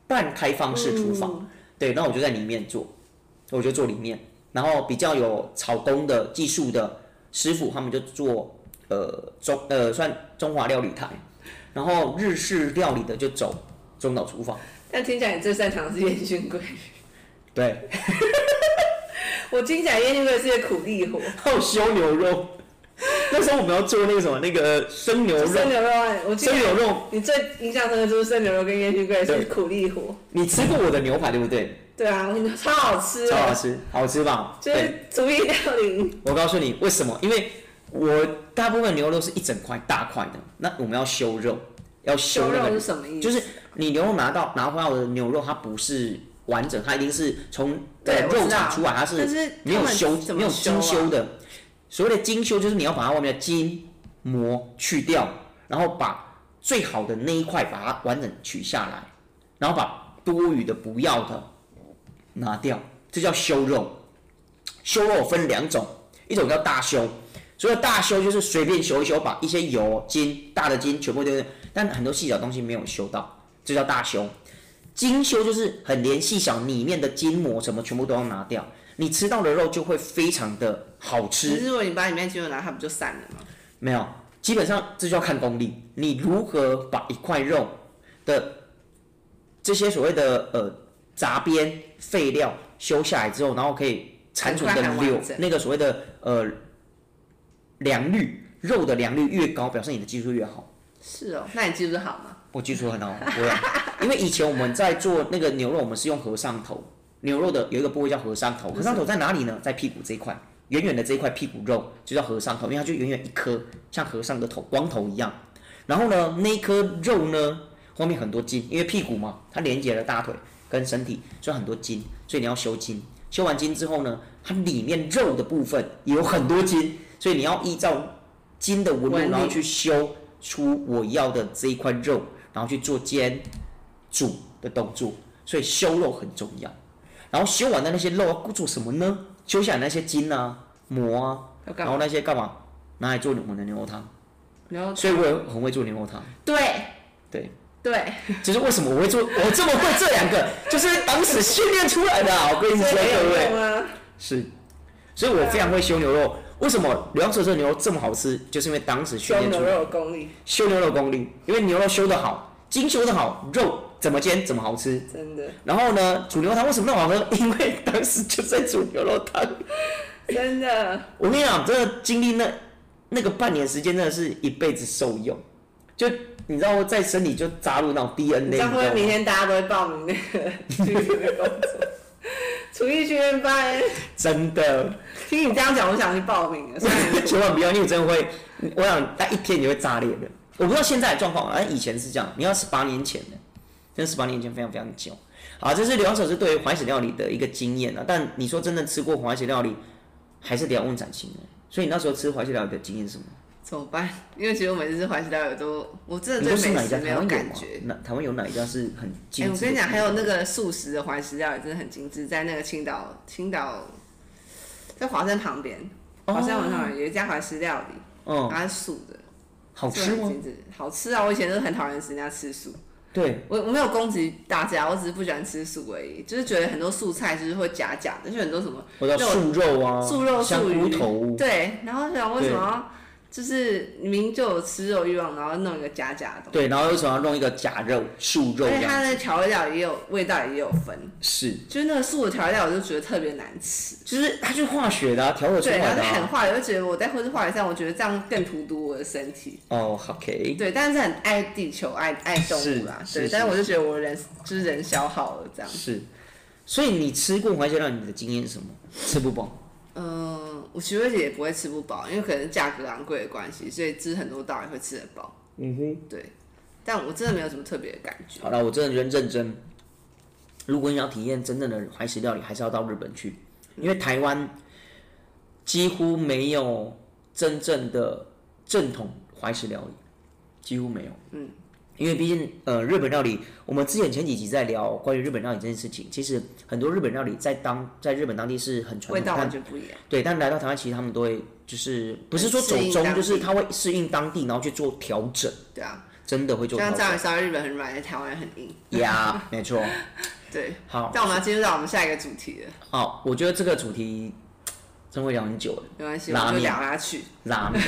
S2: 半开放式厨房。对，那我就在里面做，我就做里面，然后比较有炒工的技术的师傅，他们就做呃中呃算中华料理台，然后日式料理的就走中岛厨房。
S1: 但听起来你最擅长的是烟熏鬼， (laughs)
S2: 对， (laughs)
S1: 我听起来烟熏鬼是个苦力活，
S2: 还有修牛肉。那时候我们要做那个什么，那个生牛
S1: 就
S2: 呃肉
S1: 生，牛肉案。我记
S2: 生
S1: 得
S2: 牛肉。
S1: 你最印象深刻就是生牛肉跟烟熏鬼是苦力活。
S2: 你吃过我的牛排对不对？
S1: 对啊，我跟你说超好吃
S2: 超好
S1: 哦，
S2: 吃，好吃吧？
S1: 就
S2: 对，
S1: 是厨艺料理。
S2: 我告诉你为什么？因为我大部分牛肉是一整块大块的，那我们要修肉，要修
S1: 牛
S2: 那
S1: 肉
S2: 个
S1: 是，什么意思？
S2: 就是你牛肉拿到拿回来我的牛肉，它不是完整，它一定是从
S1: 对
S2: 呃
S1: 我知道
S2: 肉场出来，它是
S1: 但是
S2: 没有修、
S1: 怎
S2: 没
S1: 么
S2: 有
S1: 修
S2: 精修
S1: 啊？
S2: 的。所谓的精修，就是你要把它外面的筋膜去掉，然后把最好的那一块把它完整取下来，然后把多余的不要的拿掉，这叫修肉。修肉分两种，一种叫大修，所谓大修就是随便修一修，把一些油筋大的筋全部丢掉，但很多细小东西没有修到，这叫大修。精修就是很连细小里面的筋膜什么全部都要拿掉，你吃到的肉就会非常的好
S1: 只
S2: 吃。
S1: 是如果你把里面精油拿，它不就散了吗？
S2: 没有，基本上这就要看功力，你如何把一块肉的这些所谓的呃杂边废料修下来之后，然后可以产出一个
S1: 很快很
S2: 柳
S1: 完整
S2: 那个所谓的呃良率，肉的良率越高，表示你的技术越好。
S1: 是哦，那你技术好吗？
S2: 我技术很好， (laughs) 我有因为以前我们在做那个牛肉，我们是用和尚头，牛肉的有一个部位叫和尚头，和尚头在哪里呢？在屁股这一块，远远的这一块屁股肉就叫和尚头，因为它就远远一颗，像和尚的头光头一样。然后呢，那一颗肉呢，后面很多筋，因为屁股嘛，它连接了大腿跟身体，所以很多筋，所以你要修筋。修完筋之后呢，它里面肉的部分也有很多筋，所以你要依照筋的
S1: 纹
S2: 纹路，
S1: 理
S2: 然后去修出我要的这一块肉，然后去做煎、煮的动作。所以修肉很重要。然后修完的那些肉要做什么呢？修下来那些筋啊、膜啊，
S1: 要干
S2: 然
S1: 嘛
S2: 后？那些干嘛？拿来做我们的牛肉汤。
S1: 然后
S2: 所以我也很会做牛肉汤。
S1: 对
S2: 对，
S1: 对，
S2: 就是为什么我会做，我这么会这两个， (laughs) 就是当时训练出来的、啊。我跟你说，
S1: 所以没
S2: 各
S1: 有
S2: 位
S1: 用啊。
S2: 是，所以我非常会修牛肉。为什么刘洋说这个牛肉这么好吃，就是因为当时训
S1: 修
S2: 练
S1: 牛
S2: 出
S1: 肉
S2: 来
S1: 有功力，
S2: 修牛肉功力，因为牛肉修得好，筋修得好，肉怎么煎怎么好吃。
S1: 真的
S2: 然后呢，煮牛肉汤为什么那么好喝？ (laughs) 因为当时就在煮牛肉汤。
S1: 真的，
S2: 我跟你讲，真的经历那那个半年时间，真的是一辈子受用。就你知道在身体就扎入那种 DNA，
S1: 你知道会不会
S2: 你
S1: 明天
S2: 知道吗
S1: 大家都会报名那个 (laughs) 剧组的工作？厨艺训练班，
S2: 真的，
S1: 听你这样讲，我想去报名了。虽然
S2: 千万不要，因为真的会，我想待一天你会炸裂的。我不知道现在的状况，哎，以前是这样，你要十八年前的，真十八年前非常非常久。好，这是刘老师对于怀石料理的一个经验啊。但你说真的吃过怀石料理，还是得要问展青的。所以你那时候吃怀石料理的经验是什么？
S1: (laughs) 怎么办？因为其实我每次吃怀石料理都，我真
S2: 你
S1: 的
S2: 说是
S1: 对
S2: 哪
S1: 美
S2: 一
S1: 食
S2: 家？
S1: 没
S2: 台
S1: 有
S2: 湾有
S1: 感
S2: 吗
S1: 觉。？
S2: 那台湾有哪一家是很
S1: 哎、
S2: 精致的？
S1: 我跟你讲，还有那个素食的怀石料理真的很精致，在那个青岛，青岛在华山旁边，华山文
S2: 哦，
S1: 上有一家怀石料理，
S2: 嗯，
S1: 它是素的，
S2: 好吃
S1: 真的很
S2: 吗？
S1: 精致，好吃啊！我以前都很讨厌人家吃素，
S2: 对，
S1: 我我没有攻击大家，我只是不喜欢吃素而已，就是觉得很多素菜就是会假假的，就很多什么
S2: 我知道
S1: 肉
S2: 素肉啊，
S1: 素肉
S2: 香
S1: 素
S2: 菇
S1: 鱼
S2: 头，
S1: 对，然后想为什么要就是明明就有吃肉欲望，然后弄一个假假的东西，
S2: 对，然后为什么要弄一个假肉素肉
S1: 而
S2: 这
S1: 且它
S2: 样？
S1: 的调味料也有味道也有分，
S2: 是，
S1: 就是那个素的调味料我就觉得特别难吃。
S2: 就是它就是化学的、啊，调和出
S1: 对，然后
S2: 来的、
S1: 就很
S2: 啊。
S1: 化，我就觉得我在或是化学上，我觉得这样更荼毒我的身体。
S2: 哦好，OK，
S1: 对，但是很爱地球，爱爱动物啦。
S2: 是
S1: 对，
S2: 是
S1: 但是
S2: 是
S1: 我就觉得我人就是人消耗了这样。
S2: 是。所以你吃过怀石料理，你的经验是什么？吃不饱，
S1: 嗯，我徐慧姐也不会吃不饱，因为可能价格昂贵的关系，所以吃很多道也会吃得饱。
S2: 嗯哼。
S1: 对，但我真的没有什么特别的感觉。
S2: 好了，我真的觉得认真。如果你想体验真正的怀石料理，还是要到日本去，因为台湾几乎没有真正的正统怀石料理，几乎没有。嗯，因为毕竟呃，日本料理，我们之前前几集在聊关于日本料理这件事情，其实很多日本料理在当在日本当地是很传
S1: 味
S2: 统，
S1: 道
S2: 但
S1: 完全不一样，
S2: 对，但来到台湾，其实他们都会就是不是说走
S1: 适应当
S2: 中，
S1: 地
S2: 就是他会适应当地，然后去做调整，
S1: 对啊，
S2: 真的会做
S1: 就
S2: 调
S1: 像章鱼
S2: 整。
S1: 烧，日本很软，台湾很硬，
S2: 呀，没错。
S1: 对。
S2: 好，
S1: 但我们要进入到我们下一个主题了，
S2: 好，我觉得这个主题真会聊很久了。
S1: 没关系，我
S2: 拉
S1: 们就
S2: 面
S1: 聊下去。
S2: 拉
S1: (laughs)
S2: 面，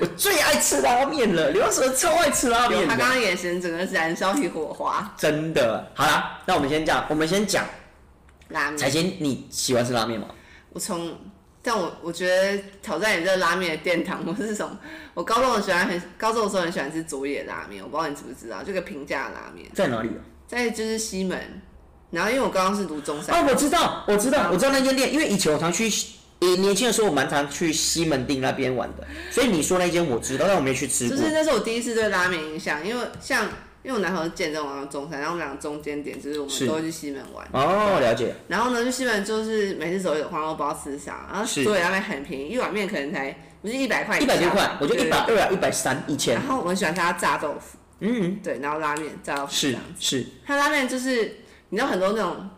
S2: 我最爱吃拉面了，刘老超爱吃拉面
S1: 他刚
S2: 的，
S1: 刚眼神整个燃烧起火花，
S2: 真的。好啦，那我们先讲，我们先讲
S1: 拉面
S2: 彩。琴，你喜欢吃拉面吗？
S1: 我从，但我我觉得挑战你这个拉面的 (laughs) 殿堂，我是从我高中的喜欢很，高中的时候很喜欢吃佐野拉面，我不知道你知不知道，这个平价拉面，
S2: 在哪里啊？
S1: 在就是西门，然后因为我刚刚是读中山，
S2: 哦，我知道，我知道，我知道那间店，因为以前我常去，呃，年轻的时候我蛮常去西门町那边玩的，所以你说那间我知道，但我没去吃
S1: 就
S2: 过。
S1: 是那是我第一次对拉面印象，因为像因为我男朋友健身，我到中山，然后我们两个中间点就是我
S2: 是
S1: 们都会去西门玩，
S2: 哦，了解，
S1: 然后呢去西门就是每次走一走黄肉包吃啥，然后
S2: 是
S1: 佐野拉面很便宜，一碗面可能才不是一百块以
S2: 一
S1: 下吧，
S2: 百多块，我就一
S1: 对
S2: 百。二啊，一百三，一千
S1: 然，后我很喜欢吃它炸豆腐，
S2: 嗯，
S1: 对，然后拉面炸豆腐这
S2: 是
S1: 样
S2: 是，
S1: 它拉面就是你知道很多那种，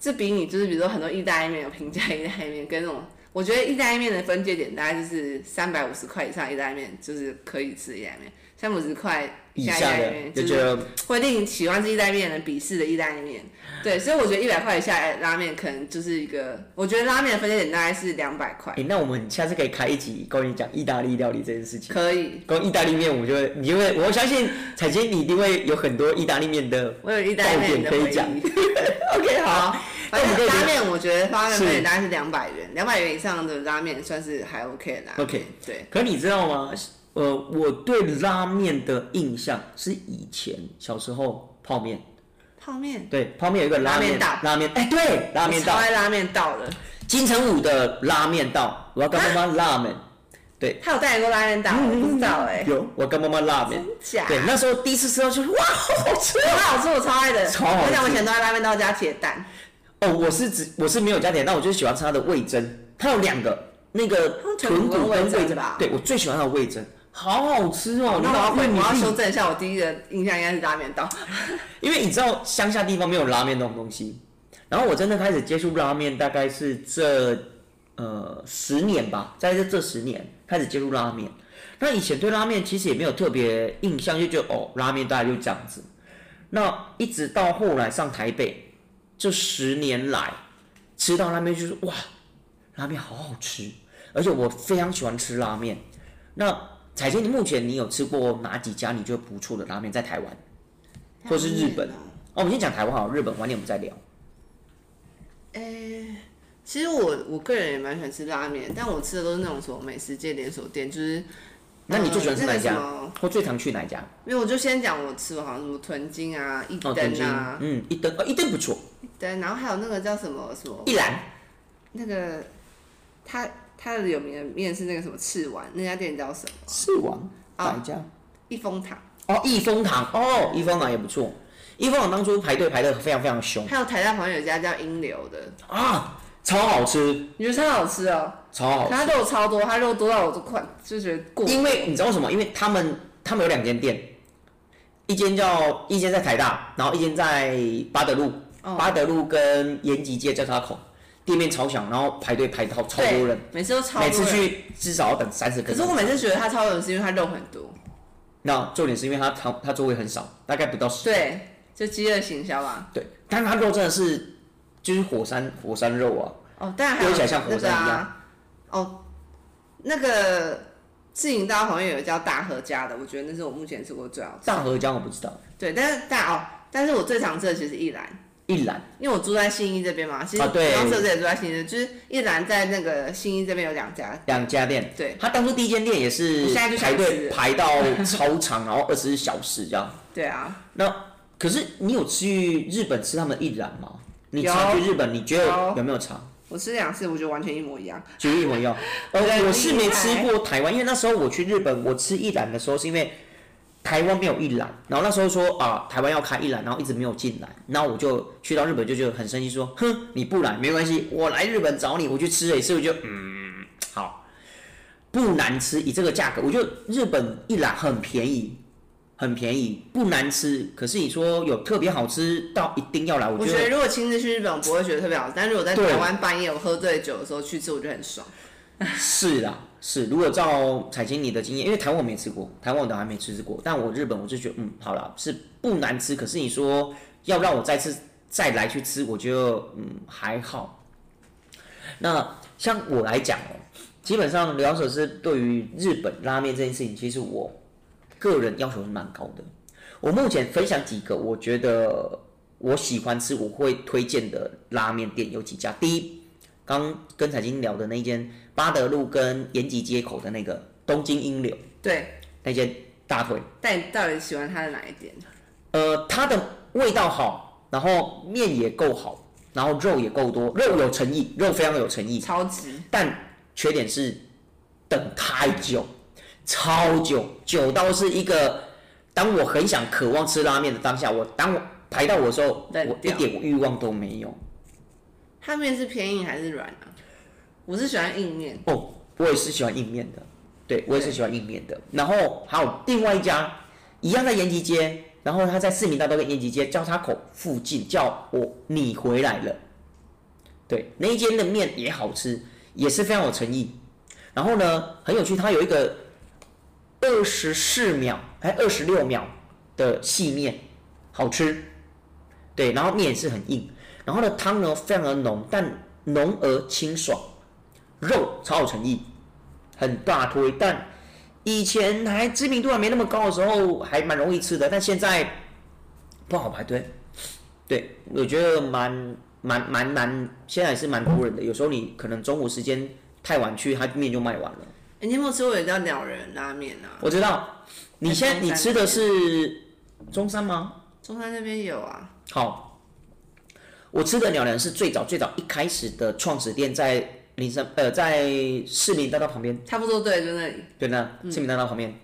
S1: 这比你就是比如说很多意大利面有平价意大利面跟那种，我觉得意大利面的分界点大概就是三百五十块以上意大利面就是可以吃意大利面，三百五十块
S2: 以
S1: 下意大
S2: 下
S1: 利
S2: 的
S1: 面
S2: 就
S1: 就
S2: 觉
S1: 是
S2: 得
S1: 会令你喜欢吃意大利面的人鄙视的意大利面。对，所以我觉得一百块以下的拉面可能就是一个，我觉得拉面的分界点大概是两百块
S2: 哎、，那我们下次可以开一集关于讲意大利料理这件事情。
S1: 可以。
S2: 关于意大利面，我就会，你就会，我相信彩姐你一定会有很多意大利面的。啊
S1: 我有意大利面的
S2: 爆点可
S1: 回
S2: 以讲
S1: 忆。
S2: OK，好，
S1: 好，反
S2: 哎
S1: 正拉面我觉得拉面
S2: 是
S1: 分点大概是两百元，两百元以上的拉面算是还 OK 的拉面。
S2: OK
S1: 对，
S2: 可你知道吗？呃，我对拉面的印象是以前小时候泡面，
S1: 泡面，
S2: 对，泡面有一个拉
S1: 拉面
S2: 面
S1: 道
S2: 拉面，哎、对，拉面
S1: 我超
S2: 道，
S1: 爱拉面到了，
S2: 金城武的拉面道，我要跟妈妈拉面，
S1: 他有代言过拉面到，我不知道哎，
S2: 有，我要跟妈妈拉面，
S1: 假，
S2: 嗯对，那时候第一次吃到就是哇，好好吃
S1: 很好吃，我超爱的。
S2: 超好吃
S1: 我想我以前都在拉面到家铁蛋，
S2: 哦，我是只我是没有加点，但我就喜欢吃它的味噌，它有两个，那个
S1: 它有
S2: 豚
S1: 豚
S2: 骨
S1: 骨
S2: 跟
S1: 跟
S2: 味
S1: 味
S2: 噌
S1: 噌吧
S2: 对我最喜欢它的味噌，好好吃哦。
S1: 那我要
S2: 因为
S1: 回，
S2: 你
S1: 我要
S2: 自己
S1: 修正一下，我第一个印象应该是拉面到，
S2: 因为你知道乡下地方没有拉面这种东西，然后我真的开始接触拉面，大概是这呃十年吧，在这这十年开始接触拉面。那以前对拉面其实也没有特别印象，就觉得哦，拉面大概就这样子。那一直到后来上台北，这十年来吃到拉面就是哇，拉面好好吃，而且我非常喜欢吃拉面。那彩姐，你目前你有吃过哪几家你觉得不错的拉面在台湾？ (laughs) 或是日本
S1: 拉面哦
S2: 哦，我们先讲台湾好了，日本晚点我们再聊。
S1: 其实我我个人也蛮喜欢吃拉面，但我吃的都是那种什么美食界连锁店，就是呃
S2: 那你最喜欢吃哪
S1: 嗯
S2: 一
S1: 那个什
S2: 家？
S1: 么？
S2: 或最常去哪一家？
S1: 没有，我就先讲我吃的，好像什么豚筋啊、一
S2: 哦，东
S1: 灯
S2: 京
S1: 啊，，
S2: 嗯，一灯哦，一灯不错，
S1: 一灯，然后还有那个叫什么什么
S2: 一兰
S1: 那个，它它的有名的面是那个什么赤丸，那家店叫什么？
S2: 是王
S1: 哦
S2: 哪一家？
S1: 一风堂，
S2: 哦，益丰堂哦，益丰堂也不错。益丰堂当初排队排的非常非常凶
S1: 还有台大旁边有一家叫英流的，
S2: 啊，超好吃，
S1: 你觉得超好吃哦、
S2: 超好
S1: 它
S2: 吃。
S1: 肉超多，它肉多到我都快就觉得过。
S2: 因为你知道为什么？因为他们他们有两间店，一间叫一间在台大，然后一间在巴德路，
S1: 哦，
S2: 巴德路跟延吉街交叉口，店面超小，然后排队排到超多人，
S1: 对，每次都超多人。
S2: 每次去至少要等三十
S1: 可
S2: 分
S1: 是
S2: 钟。
S1: 我每次觉得它超多人是因为它肉很多。
S2: 那重点是因为它它它座位很少，大概不到十。
S1: 对，就饥饿行销啊嘛。
S2: 对，但是它肉真的是就是火山火山肉啊，
S1: 哦，当然还有
S2: 丢起来像火
S1: 那个
S2: 山一
S1: 啊，哦，那个自营大好像有一家大和家的，我觉得那是我目前吃过最好吃。
S2: 大河江我不知道，
S1: 对，但是大哦，但是我最常吃的其实是一兰，
S2: 一兰。
S1: 因为我住在信义这边嘛，其实
S2: 啊对
S1: 当时也住在信义这，就是一兰在那个信义这边有两家。
S2: 两家店，
S1: 对
S2: 他当初第一间店也是
S1: 我现在就想
S2: 排队
S1: 吃
S2: 排到超长，然后二十四小时这样。
S1: 对啊，
S2: 可是你有去日本吃他们的一兰吗？你
S1: 有
S2: 常去日本，你觉得
S1: 有
S2: 有没有差？
S1: 我吃两次，我觉得完全一模哦一样。
S2: 觉得一模一样。呃，我是没吃过台湾，因为那时候我去日本，我吃一兰的时候是因为台湾没有一兰，然后那时候说啊、台湾要开一兰，然后一直没有进来，然后我就去到日本就觉得很生气，说哼，你不来没关系，我来日本找你，我去吃了一次，我就嗯好，不难吃，以这个价格，我觉得日本一兰很便宜。很便宜，不难吃。可是你说有特别好吃到一定要来，我
S1: 我
S2: 觉
S1: 觉
S2: 得
S1: 得如果亲自去日本，我不会觉得特别好吃，但如果在
S2: 对
S1: 台湾半夜我喝醉酒的时候去吃，我觉得很爽。
S2: 是啦，是。如果照彩青你的经验，因为台湾我没吃过，台湾我倒还没吃过，但我日本我就觉得，嗯，好啦，是不难吃。可是你说要让我再次再来去吃，我觉得嗯还好。那像我来讲哦，基本上聊手是对于嗯哦日本拉面这件事情，其实我个人要求是蛮高的。我目前分享几个我觉得我喜欢吃，我会推荐的拉面店有几家。第一，刚跟彩金聊的那间巴德路跟延吉街口的那个东京英柳
S1: 对，
S2: 那间大腿，
S1: 但你到底喜欢它的哪一点？
S2: 呃，它的味道好，然后面也够好，然后肉也够多，肉有诚意，肉非常有诚意，
S1: 超级
S2: 但缺点是等太久，超久，久到是一个，当我很想渴望吃拉面的当下，我当我排到我的时候，
S1: 冷
S2: 我一
S1: 掉
S2: 点欲望都没有。
S1: 它面是偏硬还是软啊？我是喜欢硬面，
S2: 哦，我也是喜欢硬面的，对我也是喜欢硬面的。然后还有另外一家，一样在延吉街，然后他在市民大道跟延吉街交叉口附近，叫我你回来了。对，那一间的面也好吃，也是非常有诚意。然后呢，很有趣，它有一个二十四秒还二十六秒的细面，好吃。对，然后面也是很硬，然后呢汤呢非常的浓，但浓而清爽。肉超有诚意，很大推。但以前还知名度还没那么高的时候，还蛮容易吃的，但现在不好排队。对，我觉得蛮蛮蛮蛮，现在也是蛮多人的。有时候你可能中午时间太晚去，它面就卖完了。
S1: 欸、你有没有吃过有叫鸟人拉面啊？
S2: 我知道，你现在
S1: 中山
S2: 你吃的是中山吗？
S1: 中山那边有啊，
S2: 好，我吃的鸟人是最早最早一开始的创始店在林森呃在市民大道旁边。
S1: 差不多对，就那里。
S2: 对呢，市民大道旁边，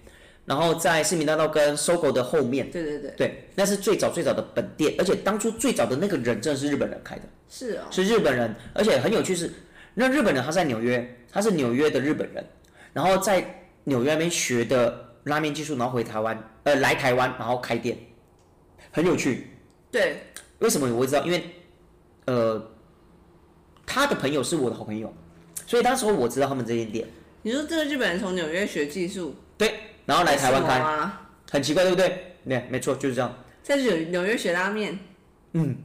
S2: 然后在市民大道跟搜狗的后面，
S1: 对对对，
S2: 对，那是最早最早的本店，而且当初最早的那个人正是日本人开的，
S1: 是哦，
S2: 是日本人，而且很有趣是，那日本人他在纽约，他是纽约的日本人，然后在纽约那边学的拉面技术，然后回台湾，呃，来台湾然后开店，很有趣，
S1: 对，
S2: 为什么我会知道？因为呃，他的朋友是我的好朋友，所以当时候我知道他们这间店，
S1: 你说这个日本人从纽约学技术
S2: 然后来台湾
S1: 什么
S2: 开，
S1: 啊，
S2: 很奇怪对不对？对，没错，就是这样。
S1: 在纽纽约学拉面，
S2: 嗯，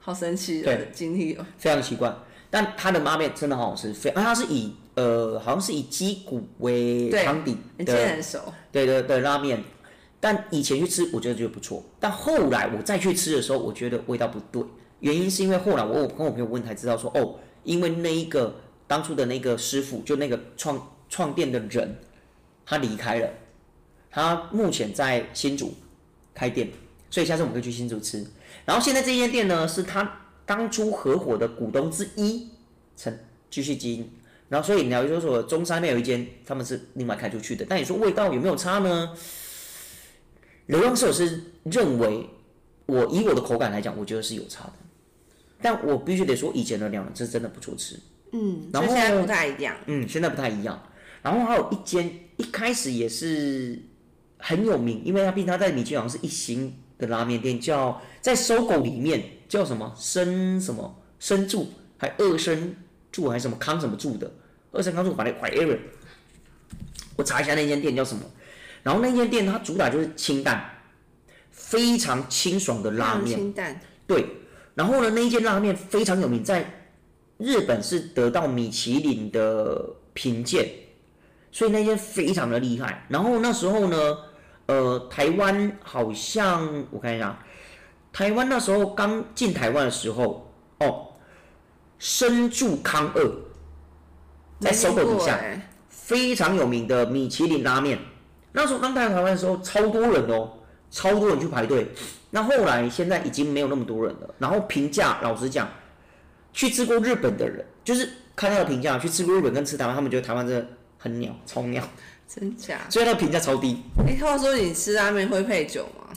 S1: 好神奇的
S2: 对
S1: 经历哦。
S2: 非常奇怪。但它的拉面真的很好吃，非而它是以呃好像是以鸡骨为
S1: 对
S2: 汤底
S1: 你记得
S2: 的，
S1: 很熟，
S2: 对对对拉面。但以前去吃我觉得就不错，但后来我再去吃的时候，我觉得味道不对，原因是因为后来我我跟我朋友问才知道说哦，因为那一个当初的那个师傅就那个创创店的人，他离开了，他目前在新竹开店，所以下次我们可以去新竹吃。然后现在这间店呢，是他当初合伙的股东之一，成继续经营。然后所以你要说说中山那有一间，他们是另外开出去的。但你说味道有没有差呢？流浪寿司认为，我以我的口感来讲，我觉得是有差的。但我必须得说，以前的两人是真的不错吃。
S1: 嗯，所
S2: 然后
S1: 以现在不太一样。
S2: 嗯，现在不太一样。然后还有一间，一开始也是很有名，因为它毕竟它在米其林好像是一星的拉面店，叫在搜狗里面叫什么生什么生柱，还二生柱还是什么康什么柱的，二生康柱反正 whatever。我查一下那间店叫什么，然后那间店它主打就是清淡，非常清爽的拉
S1: 非常
S2: 面。
S1: 清淡，
S2: 对，然后呢，那一间拉面非常有名，在日本是得到米其林的评鉴，所以那间非常的厉害。然后那时候呢，呃，台湾好像我看一下，啊台湾那时候刚进台湾的时候，哦，深住康二在搜狗底
S1: 没听过
S2: 下
S1: 欸
S2: 非常有名的米其林拉面，那时候刚到台湾的时候，超多人哦，超多人去排队。那后来现在已经没有那么多人了。然后评价，老实讲，去吃过日本的人，就是看他的评价，去吃过日本跟吃台湾，他们觉得台湾真的很鸟，超鸟，
S1: 真假？
S2: 所以他的评价超低。
S1: 哎、话说你吃拉面会配酒吗？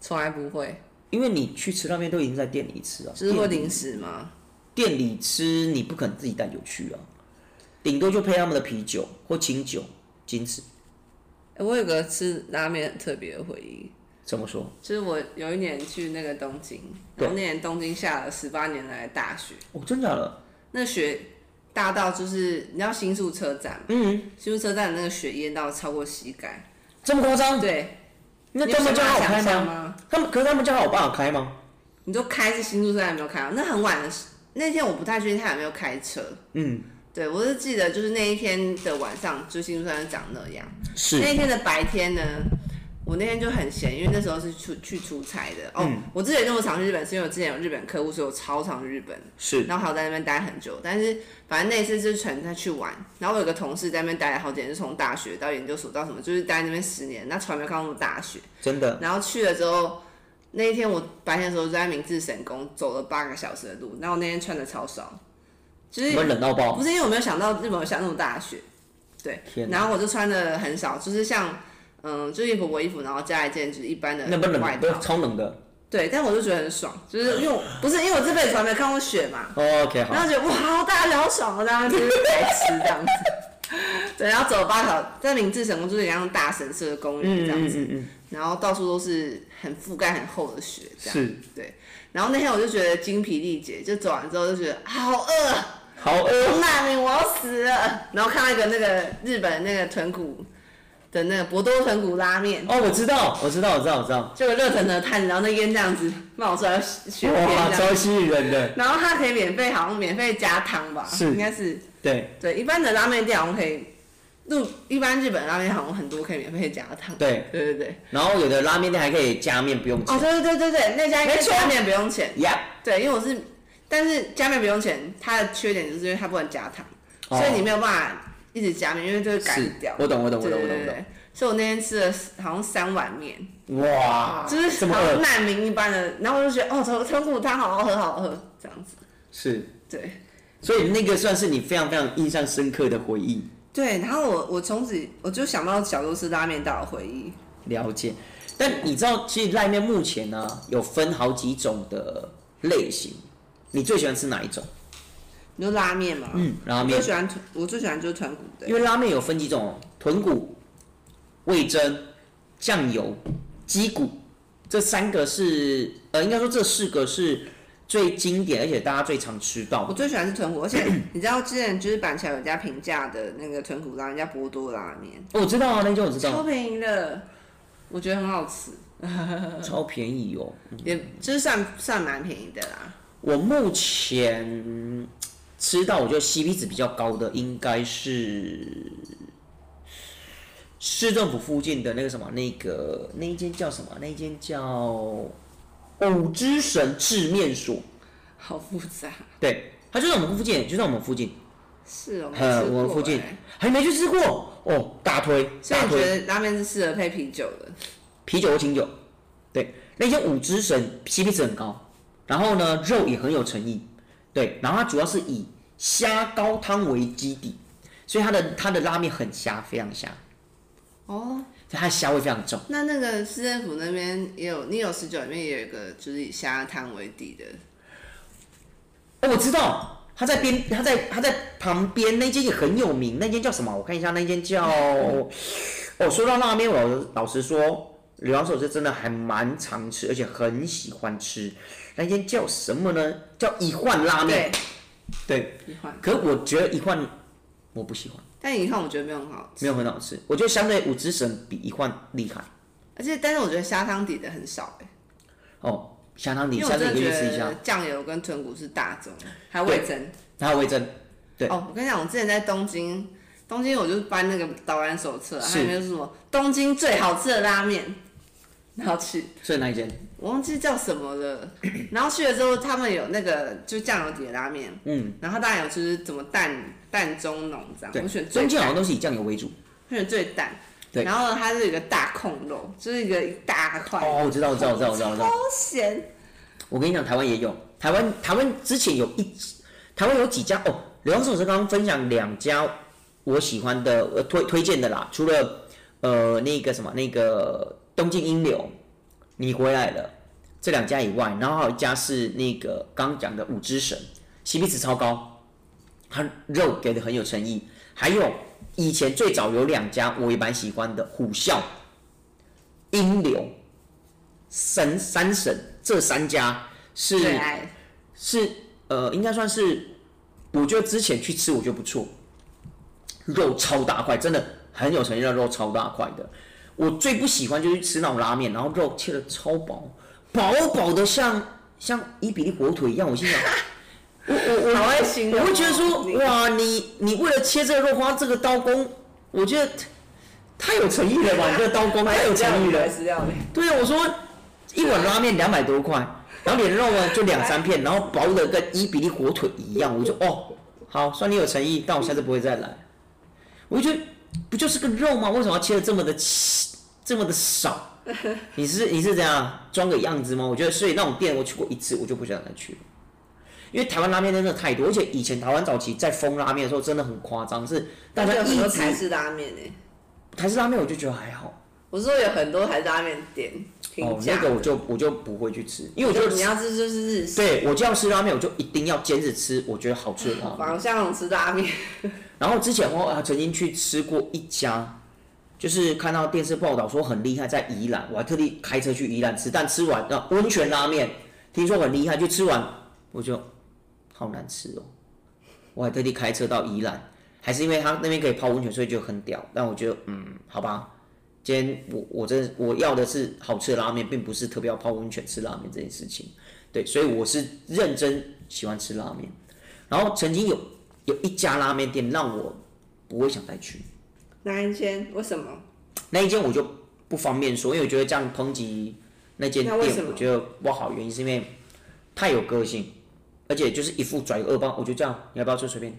S1: 从来不会，
S2: 因为你去吃那边都已经在店里吃啊，
S1: 就是会
S2: 店里
S1: 零食吗？
S2: 店里吃你不可能自己带酒去啊，顶多就配他们的啤酒或清酒，仅此。
S1: 欸我有个吃拉面很特别的回忆，
S2: 怎么说？
S1: 就是我有一年去那个东京，
S2: 对
S1: 然后那年东京下了十八年来的大雪，
S2: 哦，真假的？
S1: 那雪大到就是你知道新宿车站嘛，
S2: 嗯，
S1: 新宿车站的那个雪淹到超过膝盖，
S2: 这么夸张？
S1: 对，
S2: 哦那
S1: 你
S2: 他
S1: 有办
S2: 们家
S1: 法
S2: 好开
S1: 想象
S2: 吗？
S1: 吗？
S2: 他们可是他们家好办法开吗？
S1: 你都开是新宿车站没有开好，那很晚的时那天我不太确定他有没有开车，
S2: 嗯，
S1: 对我是记得就是那一天的晚上，就新宿车站长那样。
S2: 是
S1: 那一天的白天呢，我那天就很闲，因为那时候是出去出差的。哦，
S2: 嗯
S1: 我之前那么常去日本，是因为我之前有日本客户，所以我超常去日本，
S2: 是，
S1: 然后还有在那边待很久。但是反正那一次就是纯粹去玩。然后我有个同事在那边待了好几年，就从大学到研究所到什么，就是待那边十年，那从来没有看过那么大雪。
S2: 真的
S1: 然后去了之后，那一天我白天的时候就在明治神宫走了八个小时的路，然后那天穿的超少，就是
S2: 我们冷到爆。
S1: 不是因为我没有想到日本有下那么大的雪，对
S2: 天，哪
S1: 然后我就穿的很少，就是像嗯，就是一婆婆衣服，然后加一件就是一般的
S2: 那不
S1: 外
S2: 冷，都
S1: 套，
S2: 超冷的。
S1: 对，但我就觉得很爽，就是因为我不是因为我这辈子从来没看过雪嘛，
S2: 哦 OK，
S1: 然
S2: 好，
S1: 后觉得哇，好大家好爽啊，这样子就是白痴这样子，对，然后走了八条，在明治神宫就是一样大神社的公园
S2: 嗯
S1: 这样子，
S2: 嗯嗯，
S1: 然后到处都是很覆盖很厚的雪这样，
S2: 是，
S1: 然后那天我就觉得精疲力竭，就走完之后就觉得好饿啊。
S2: 好呃饿，
S1: 我骂你，我要死了。啊然后看到一个那个日本那个豚骨的那个博多豚骨拉面，
S2: 哦，我知道，我知道，我知道，我知道，
S1: 就有热腾腾的摊子，然后那烟这样子冒出来，雪片
S2: 哇，
S1: 这样。
S2: 超吸引人的，
S1: 然后它可以免费，好像免费加汤吧？
S2: 是
S1: 应该是
S2: 对
S1: 对。一般的拉面店好像可以，入一般日本拉面好像很多可以免费加汤。
S2: 对。
S1: 对对对。
S2: 然后有的拉面店还可以加面不用
S1: 哦，
S2: 钱，
S1: 对对对对对，那家应该
S2: 没错
S1: 加面不用钱。
S2: 呀，
S1: 对，因为我是，但是加面不用钱，它的缺点就是因为它不能加汤，
S2: 哦
S1: 所以你没有办法一直加面，因为就会
S2: 是
S1: 干掉，。
S2: 我懂，我懂，我
S1: 对
S2: 懂，
S1: 对
S2: 我懂，
S1: 对
S2: 我
S1: 对，所以我那天吃了好像三碗面，
S2: 懂，哇，
S1: 就是
S2: 啊这么
S1: 好像
S2: 饿，
S1: 难民一般的，然后我就觉得哦，豚豚骨汤好好喝，好好喝这样子。
S2: 是，
S1: 对
S2: 所以那个算是你非常非常印象深刻的回忆。
S1: 对，然后我我从此我就想到小时候吃拉面大的回忆，
S2: 了解，但你知道，其实拉面目前呢、有分好几种的类型，你最喜欢吃哪一种？
S1: 你说拉面嘛，
S2: 嗯，拉
S1: 我
S2: 面
S1: 最，喜欢豚，我最喜欢就是豚骨的
S2: 因，为拉面有分几种哦，豚骨、味噌、酱油、鸡骨，这三个是呃，应该说这四个是最经典，而且大家最常吃到
S1: 我
S2: 的。
S1: 最喜欢吃豚骨，而
S2: (clears throat)
S1: 且你知道之前就是板桥有一家平价的那个豚骨拉面，叫波多拉面，
S2: 哦我知道啊，那就我知
S1: 超
S2: 道，
S1: 便宜的，我觉得很好吃，
S2: 超便宜哦。
S1: 也就是算算蛮便宜的啦。
S2: 我目前吃到我觉得 CP 值比较高的应该是市政府附近的那个什么，那个那一间叫什么？那一间叫哦五之神制面所。
S1: 好复杂，
S2: 对，它就在我们附近，就在我们附近。
S1: 是哦，没
S2: 呃
S1: 吃
S2: 我们
S1: 过
S2: 附近
S1: 欸
S2: 还没去吃过哦，大推
S1: 所以
S2: 大
S1: 你觉
S2: 推，
S1: 得拉面是适合配啤酒的？
S2: 啤酒或清酒，对，那些五之神 CP 值很高，然后呢肉也很有诚意，对，然后它主要是以虾高汤为基底，所以它的它的拉面很虾，非常虾，
S1: 哦，
S2: 所以它的虾味非常重。
S1: 那那个市政府那边也有，你有十九里面也有一个就是以虾汤为底的，
S2: 哦，我知道，它在边，它在它在旁边那间也很有名，那间叫什么？我看一下，那间叫……哦，说到拉面，我老实说，刘老师是真的还蛮常吃，而且很喜欢吃。那间叫什么呢？叫一换拉面。
S1: 对，
S2: 对，
S1: 一换。
S2: 可我觉得一换我不喜欢，
S1: 但一换我觉得没有很好吃，
S2: 没有很好吃。我觉得相对五之神比一换厉害
S1: 而且但是我觉得虾汤底的很少哎、
S2: 哦。相当你
S1: 因为
S2: 下
S1: 我
S2: 次
S1: 真的
S2: 可以
S1: 觉
S2: 去试一下
S1: 得，酱油跟豚骨是大宗，还有味增。
S2: 然后味增。对
S1: 哦，我跟你讲，我之前在东京，东京我就搬那个导览手册，
S2: 是
S1: 它里面就是什么东京最好吃的拉面，然后去，
S2: 所以那一间？
S1: 我忘记叫什么了。然后去了之后，他们有那个就酱油底的拉面，
S2: 嗯，
S1: 然后当然有就是怎么淡淡中浓这样，
S2: 对
S1: 我选，最
S2: 中间好
S1: 淡
S2: 像，都是以酱油为主。
S1: 我选最淡。
S2: 对
S1: 然后呢，它是有一个大控肉，就是一个一大块，
S2: 哦，我知道，我知道，我知道，我知道，我知道。
S1: 好咸。
S2: 我跟你讲，台湾也有，台湾台湾之前有一，台湾有几家哦。刘教授是刚刚分享两家我喜欢的，呃推推荐的啦。除了呃那个什么那个东京英流，你回来了这两家以外，然后还有一家是那个刚刚讲的五之神，CP 值超高，它肉给的很有诚意。还有以前最早有两家我也蛮喜欢的，虎啸、英流、神三神这三家是
S1: 最爱
S2: 是呃，应该算是，我觉得之前去吃我觉得不错，肉超大块，真的很有诚意，那肉超大块的。我最不喜欢就是吃那种拉面，然后肉切的超薄，薄薄的像像伊比利火腿一样，
S1: (laughs)
S2: 我心想。我我我
S1: 好会形容
S2: 我会觉得说
S1: 哦你，
S2: 哇，你你为了切这个肉花这个刀工，我觉得太有诚意了吧？你这个刀
S1: (laughs)
S2: 工太有诚意了。
S1: 资料嘞。
S2: 对啊，我说一碗拉面两百多块，然后你的肉呢就两三片，然后薄的跟伊比利火腿一样，我就哦，好，算你有诚意，但我下次不会再来。我就觉得不就是个肉吗？为什么要切的这么的细这么的少？你是你是怎样装个样子吗？我觉得，所以那种店我去过一次，我就不想再去了。因为台湾拉面真的太多，而且以前台湾早期在封拉面的时候真的很夸张，是大家
S1: 有
S2: 一
S1: 很多
S2: 直
S1: 台式拉面诶、
S2: 台式拉面，我就觉得还好。
S1: 我是说有很多台式拉面店
S2: 哦
S1: 评，价
S2: 那
S1: 的、
S2: 个我就我就不会去吃，因为
S1: 我
S2: 我觉得
S1: 你要吃就是日式，
S2: 对我就要吃拉面，我就一定要坚持吃我觉得好吃的拉面。
S1: 仿像龙吃拉面，
S2: 然后之前我啊曾经去吃过一家，就是看到电视报道说很厉害，在宜兰，我还特地开车去宜兰吃，但吃完啊温泉拉面，听说很厉害，就吃完我就好难吃哦，我还特地开车到宜兰，还是因为他那边可以泡温泉，所以就很屌。但我觉得嗯，好吧。今天我我真的我要的是好吃的拉面，并不是特别要泡温泉吃拉面这件事情。对，所以我是认真喜欢吃拉面。然后曾经有有一家拉面店让我不会想再去，
S1: 哪一间？为什么？
S2: 那一间我就不方便说，因为我觉得这样抨击那间
S1: 那为
S2: 店
S1: 什，么
S2: 我觉得不好。原因是因为太有个性，而且就是一副拽个恶包，我就这样，你要不要吃随便你。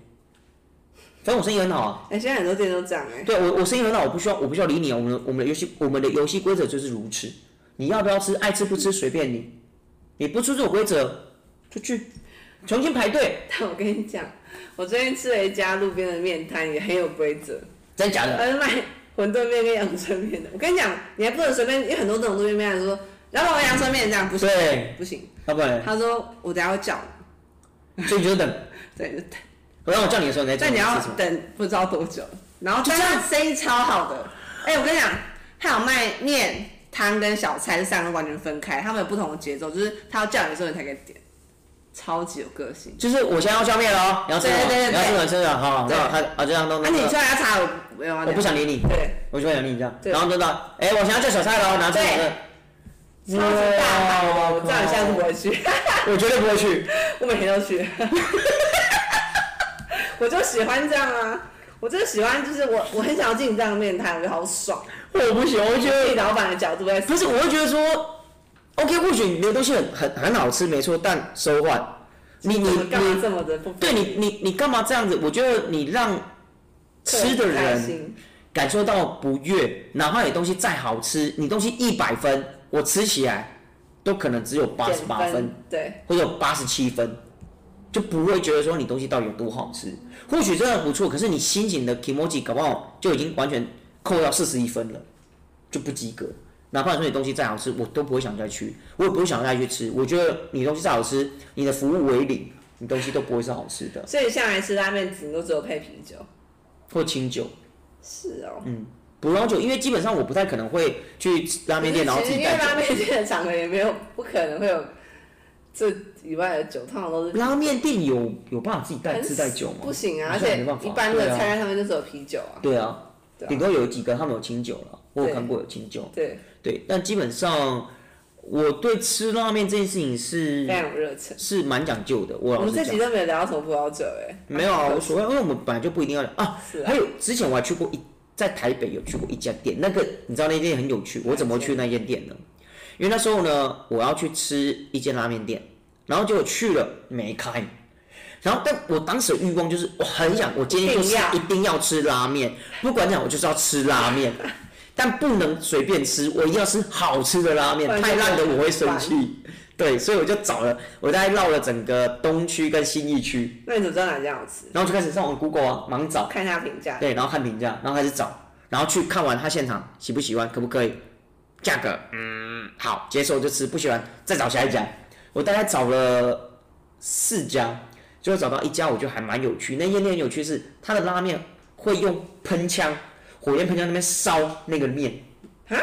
S2: 反正我生意很好啊，
S1: 哎、现在很多店都这样哎、
S2: 对我我生意很好，我不需要我不需要理你啊。我们的我们的游戏我们的游戏规则就是如此，你要不要吃，爱吃不吃随便你，你不出这种规则出去，重新排队，
S1: (laughs) 但我跟你讲，我最近吃了一家路边的面摊，也很有规则，
S2: 真假的？
S1: 他是卖馄饨面跟阳春面的。我跟你讲，你还不能随便，因为很多那种路边面摊说，然后我要阳春面这样不行，
S2: 对，
S1: 不行。
S2: 要不然
S1: 他说我等下会叫你，
S2: 所以你就等。
S1: 对，就
S2: 然后我叫你的时候，你再叫
S1: 但你
S2: 要
S1: 要
S2: 吃什么？
S1: 等不知道多久，然后就这样生意超好的。哎、我跟你讲，他有卖面汤跟小菜，这三个完全分开，他们有不同的节奏，就是他要叫你的时候你才可以点，超级有个性。
S2: 就是我现在要消灭了哦，你要吃什么？
S1: 对对对对
S2: 你要吃什么吃什么？好，
S1: 对
S2: 那他啊就这样弄。
S1: 那、啊、你出来要查我没有啊？
S2: 我不想理你，
S1: 对，
S2: 我就不想理你这样。
S1: 对
S2: 然后就到，哎，我想要叫小菜了哦，拿出来。
S1: 超级大
S2: 哇
S1: 方，我知道你下次不会
S2: (laughs)
S1: 去，
S2: 我绝对不会去。
S1: 我每天都去， (laughs) 我就喜欢这样啊。我就喜欢，就是我我很想要进这样的面摊，我觉得好爽。
S2: 我不行，我觉得
S1: 以老板的角度在
S2: 不是，我会觉得说，OK，或许你的东西很很很好吃，没错，但收换你你
S1: 就是干
S2: 你
S1: 嘛这么的不
S2: 对你，你你干嘛这样子？我觉得你让吃的
S1: 开
S2: 人
S1: 心
S2: 感受到不悦，哪怕你东西再好吃，你东西一百分，我吃起来都可能只有八十
S1: 减
S2: 八分
S1: 分，对，
S2: 或者八十七分，就不会觉得说你东西到底有多好吃。或许真的不错，可是你心情的 emoji 搞不好就已经完全扣到四十一分了，就不及格。哪怕你说你东西再好吃，我都不会想再去，我也不会想再去吃。我觉得你东西再好吃，你的服务为零，你东西都不会是好吃的，
S1: 所以下来吃拉面只能够只有配啤酒，
S2: 或清酒、
S1: 是哦。
S2: 嗯葡萄酒，因为基本上我不太可能会去拉面店，然后自
S1: 其实
S2: 己
S1: 因为
S2: 带酒。
S1: 拉面店的场合也没有不可能会有这以外的酒，通常都是
S2: 拉面店有有办法自己带
S1: 很
S2: 自带酒吗
S1: 不？行啊，而
S2: 好像
S1: 且
S2: 没办法
S1: 一般
S2: 对
S1: 的
S2: 啊
S1: 菜单上面就只有啤酒啊。
S2: 对啊
S1: 对，啊
S2: 顶多有几个他们有清酒了，我有
S1: 对
S2: 看过有清酒。
S1: 对，
S2: 对，但基本上我对吃拉面这件事情
S1: 非
S2: 是
S1: 常有热忱。
S2: 是蛮讲究的。我
S1: 我
S2: 老
S1: 们
S2: 实
S1: 这
S2: 讲
S1: 集，都没有聊到什么葡萄酒哎，
S2: 没有啊，
S1: 可
S2: 无所谓，因为我们本来就不一定要啊。
S1: 是啊
S2: 还，有之前我还去过一，在台北有去过一家店，那个你知道那间店很有趣，我怎么去那间店呢？因为那时候呢，我要去吃一间拉面店，然后结果去了没开，然后但我当时的欲望就是我很想，我今天就
S1: 一
S2: 是
S1: 定要
S2: 一定要吃拉面，不管怎样我就是要吃拉面，但不能随便吃，我一定要吃好吃的拉面
S1: 不，然就
S2: 太烂的我会生气。对，所以我就找了，我大概绕了整个东区跟新义区，
S1: 那你怎么知道哪家好吃？
S2: 然后就开始上网 Google 啊，盲找。
S1: 看一下评价。
S2: 对，然后看评价，然后开始找，然后去看完他现场喜不喜欢，可不可以，价格，嗯，好，接受就吃，不喜欢再找下一家。我大概找了四家，最后找到一家，我觉得还蛮有趣。那间店很有趣是，它的拉面会用喷枪，火焰喷枪那边烧那个面，
S1: 啊？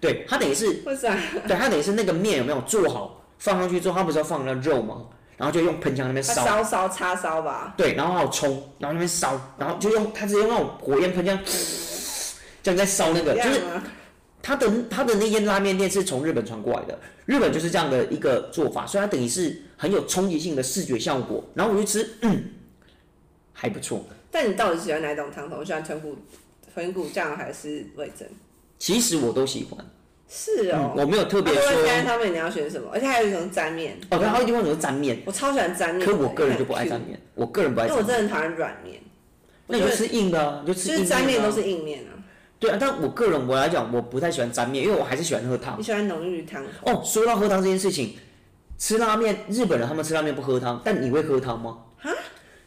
S2: 对，它等于是，
S1: 为啥？
S2: 对，它等于是那个面有没有做好，放上去之后，它不是要放那肉吗？然后就用喷枪那边
S1: 它
S2: 烧，
S1: 烧烧叉烧吧，
S2: 对，然后还有葱，然后那边烧，然后就用它直接用那种火焰喷这样， (sniffs) 这样在烧那个，
S1: 一
S2: 就
S1: 样啊
S2: 是
S1: 吗？
S2: 它的它的那间拉面店是从日本传过来的，日本就是这样的一个做法，所以它等于是很有冲击性的视觉效果。然后我就吃，嗯，还不错。
S1: 但你到底喜欢哪一种汤头？我喜欢豚骨豚骨酱还是味噌？
S2: 嗯其实我都喜欢，
S1: 是
S2: 嗯，
S1: 哦。
S2: 我没有特
S1: 那
S2: 别
S1: 不会菜单
S2: 说，
S1: 上面你要选什么？而且还有一种沾面。
S2: 哦，对，还有一地方怎么沾面，
S1: 我超喜欢沾面的，
S2: 可我个人就不爱
S1: 因为
S2: 沾
S1: 很 Q，
S2: 面，我个人不爱
S1: 因为嗯
S2: 沾
S1: 我
S2: 面。
S1: 真的很讨厌软面。
S2: 那你
S1: 我
S2: 就
S1: 觉得
S2: 吃硬的、啊，你就吃
S1: 就
S2: 硬
S1: 是
S2: 面、啊。
S1: 沾面都是硬面啊。
S2: 对啊，但我个人我来讲，我不太喜欢沾面，因为我还是喜欢喝汤
S1: 你。喜欢浓郁汤？
S2: 哦，说到喝汤这件事情，吃拉面，日本人他们吃拉面不喝汤，但你会喝汤吗？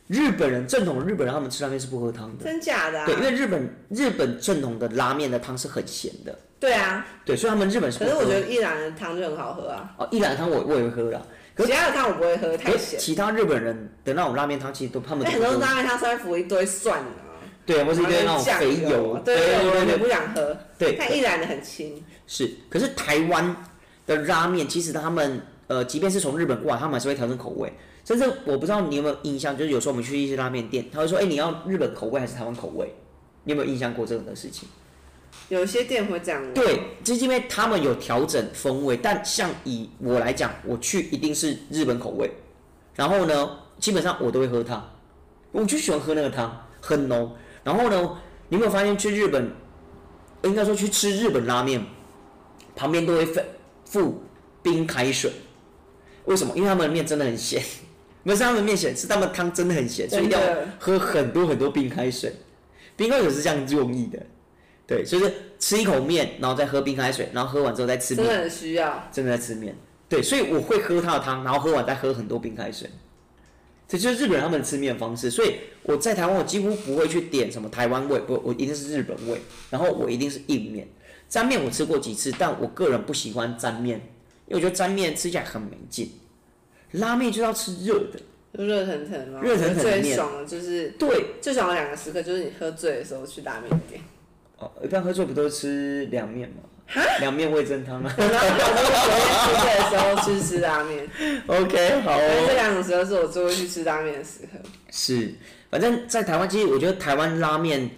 S2: 日本人正统日本人他们吃拉面是不喝汤的，
S1: 真假的、啊？
S2: 对，因为日本日本正统的拉面的汤是很咸的，
S1: 对啊，
S2: 对，所以他们日本是不
S1: 可
S2: 喝
S1: 是我觉得一兰的汤就很好喝啊，
S2: 哦，一兰汤我我也会喝啦，可
S1: 其他的汤我不会喝，太
S2: 可是
S1: 咸。
S2: 其他日本人的那种拉面汤其实都他们
S1: 那
S2: 都
S1: 很
S2: 不
S1: 多
S2: 喝，
S1: 拉面汤上面浮一堆蒜啊，
S2: 对，或是一堆那种
S1: 然后
S2: 肥
S1: 酱油啊，对
S2: 对
S1: 对，
S2: 对
S1: 我也
S2: 对
S1: 不想喝。
S2: 对，
S1: 但一兰的很清，
S2: 是，可是台湾的拉面其实他们呃，即便是从日本过来，他们还是会调整口味。甚至我不知道你有没有印象，就是有时候我们去一些拉面店，他会说：“哎、你要日本口味还是台湾口味？”你有没有印象过这种的事情？
S1: 有一些店会这样问。
S2: 对，就是因为他们有调整风味，但像以我来讲，我去一定是日本口味，然后呢，基本上我都会喝汤，我就喜欢喝那个汤，很浓。然后呢，你有没有发现去日本，应该说去吃日本拉面，旁边都会附附冰开水，为什么？因为他们的面真的很咸， (laughs) 不是他们的面咸，是他们汤真的很咸，所以一
S1: 真
S2: 定要
S1: 的
S2: 喝很多很多冰开水。冰开水是这样用意的，对，所以是吃一口面，然后再喝冰开水，然后喝完之后再吃
S1: 真的
S2: 面，
S1: 很需要。
S2: 真的在吃面。对，所以我会喝他的汤，然后喝完再喝很多冰开水。这就是日本人他们的吃面方式，所以我在台湾我几乎不会去点什么台湾味，不，我一定是日本味，然后我一定是硬面。沾面我吃过几次，但我个人不喜欢沾面，因为我觉得沾面吃起来很没劲。拉面就是要吃热的，
S1: 就热腾腾嘛，
S2: 热腾腾的面
S1: 最爽的就是
S2: 对，
S1: 最爽的两个时刻，就是你喝醉的时候去拉面
S2: (laughs)
S1: 店。
S2: 哦，一般喝醉不都吃凉面吗？凉面味增汤啊。
S1: 然后我喝醉的时候去吃拉面，
S2: OK，好、
S1: 因为这
S2: 哦。
S1: 两种时候是我最会去吃拉面的时刻。
S2: 是，反正在台湾，其实我觉得台湾拉面，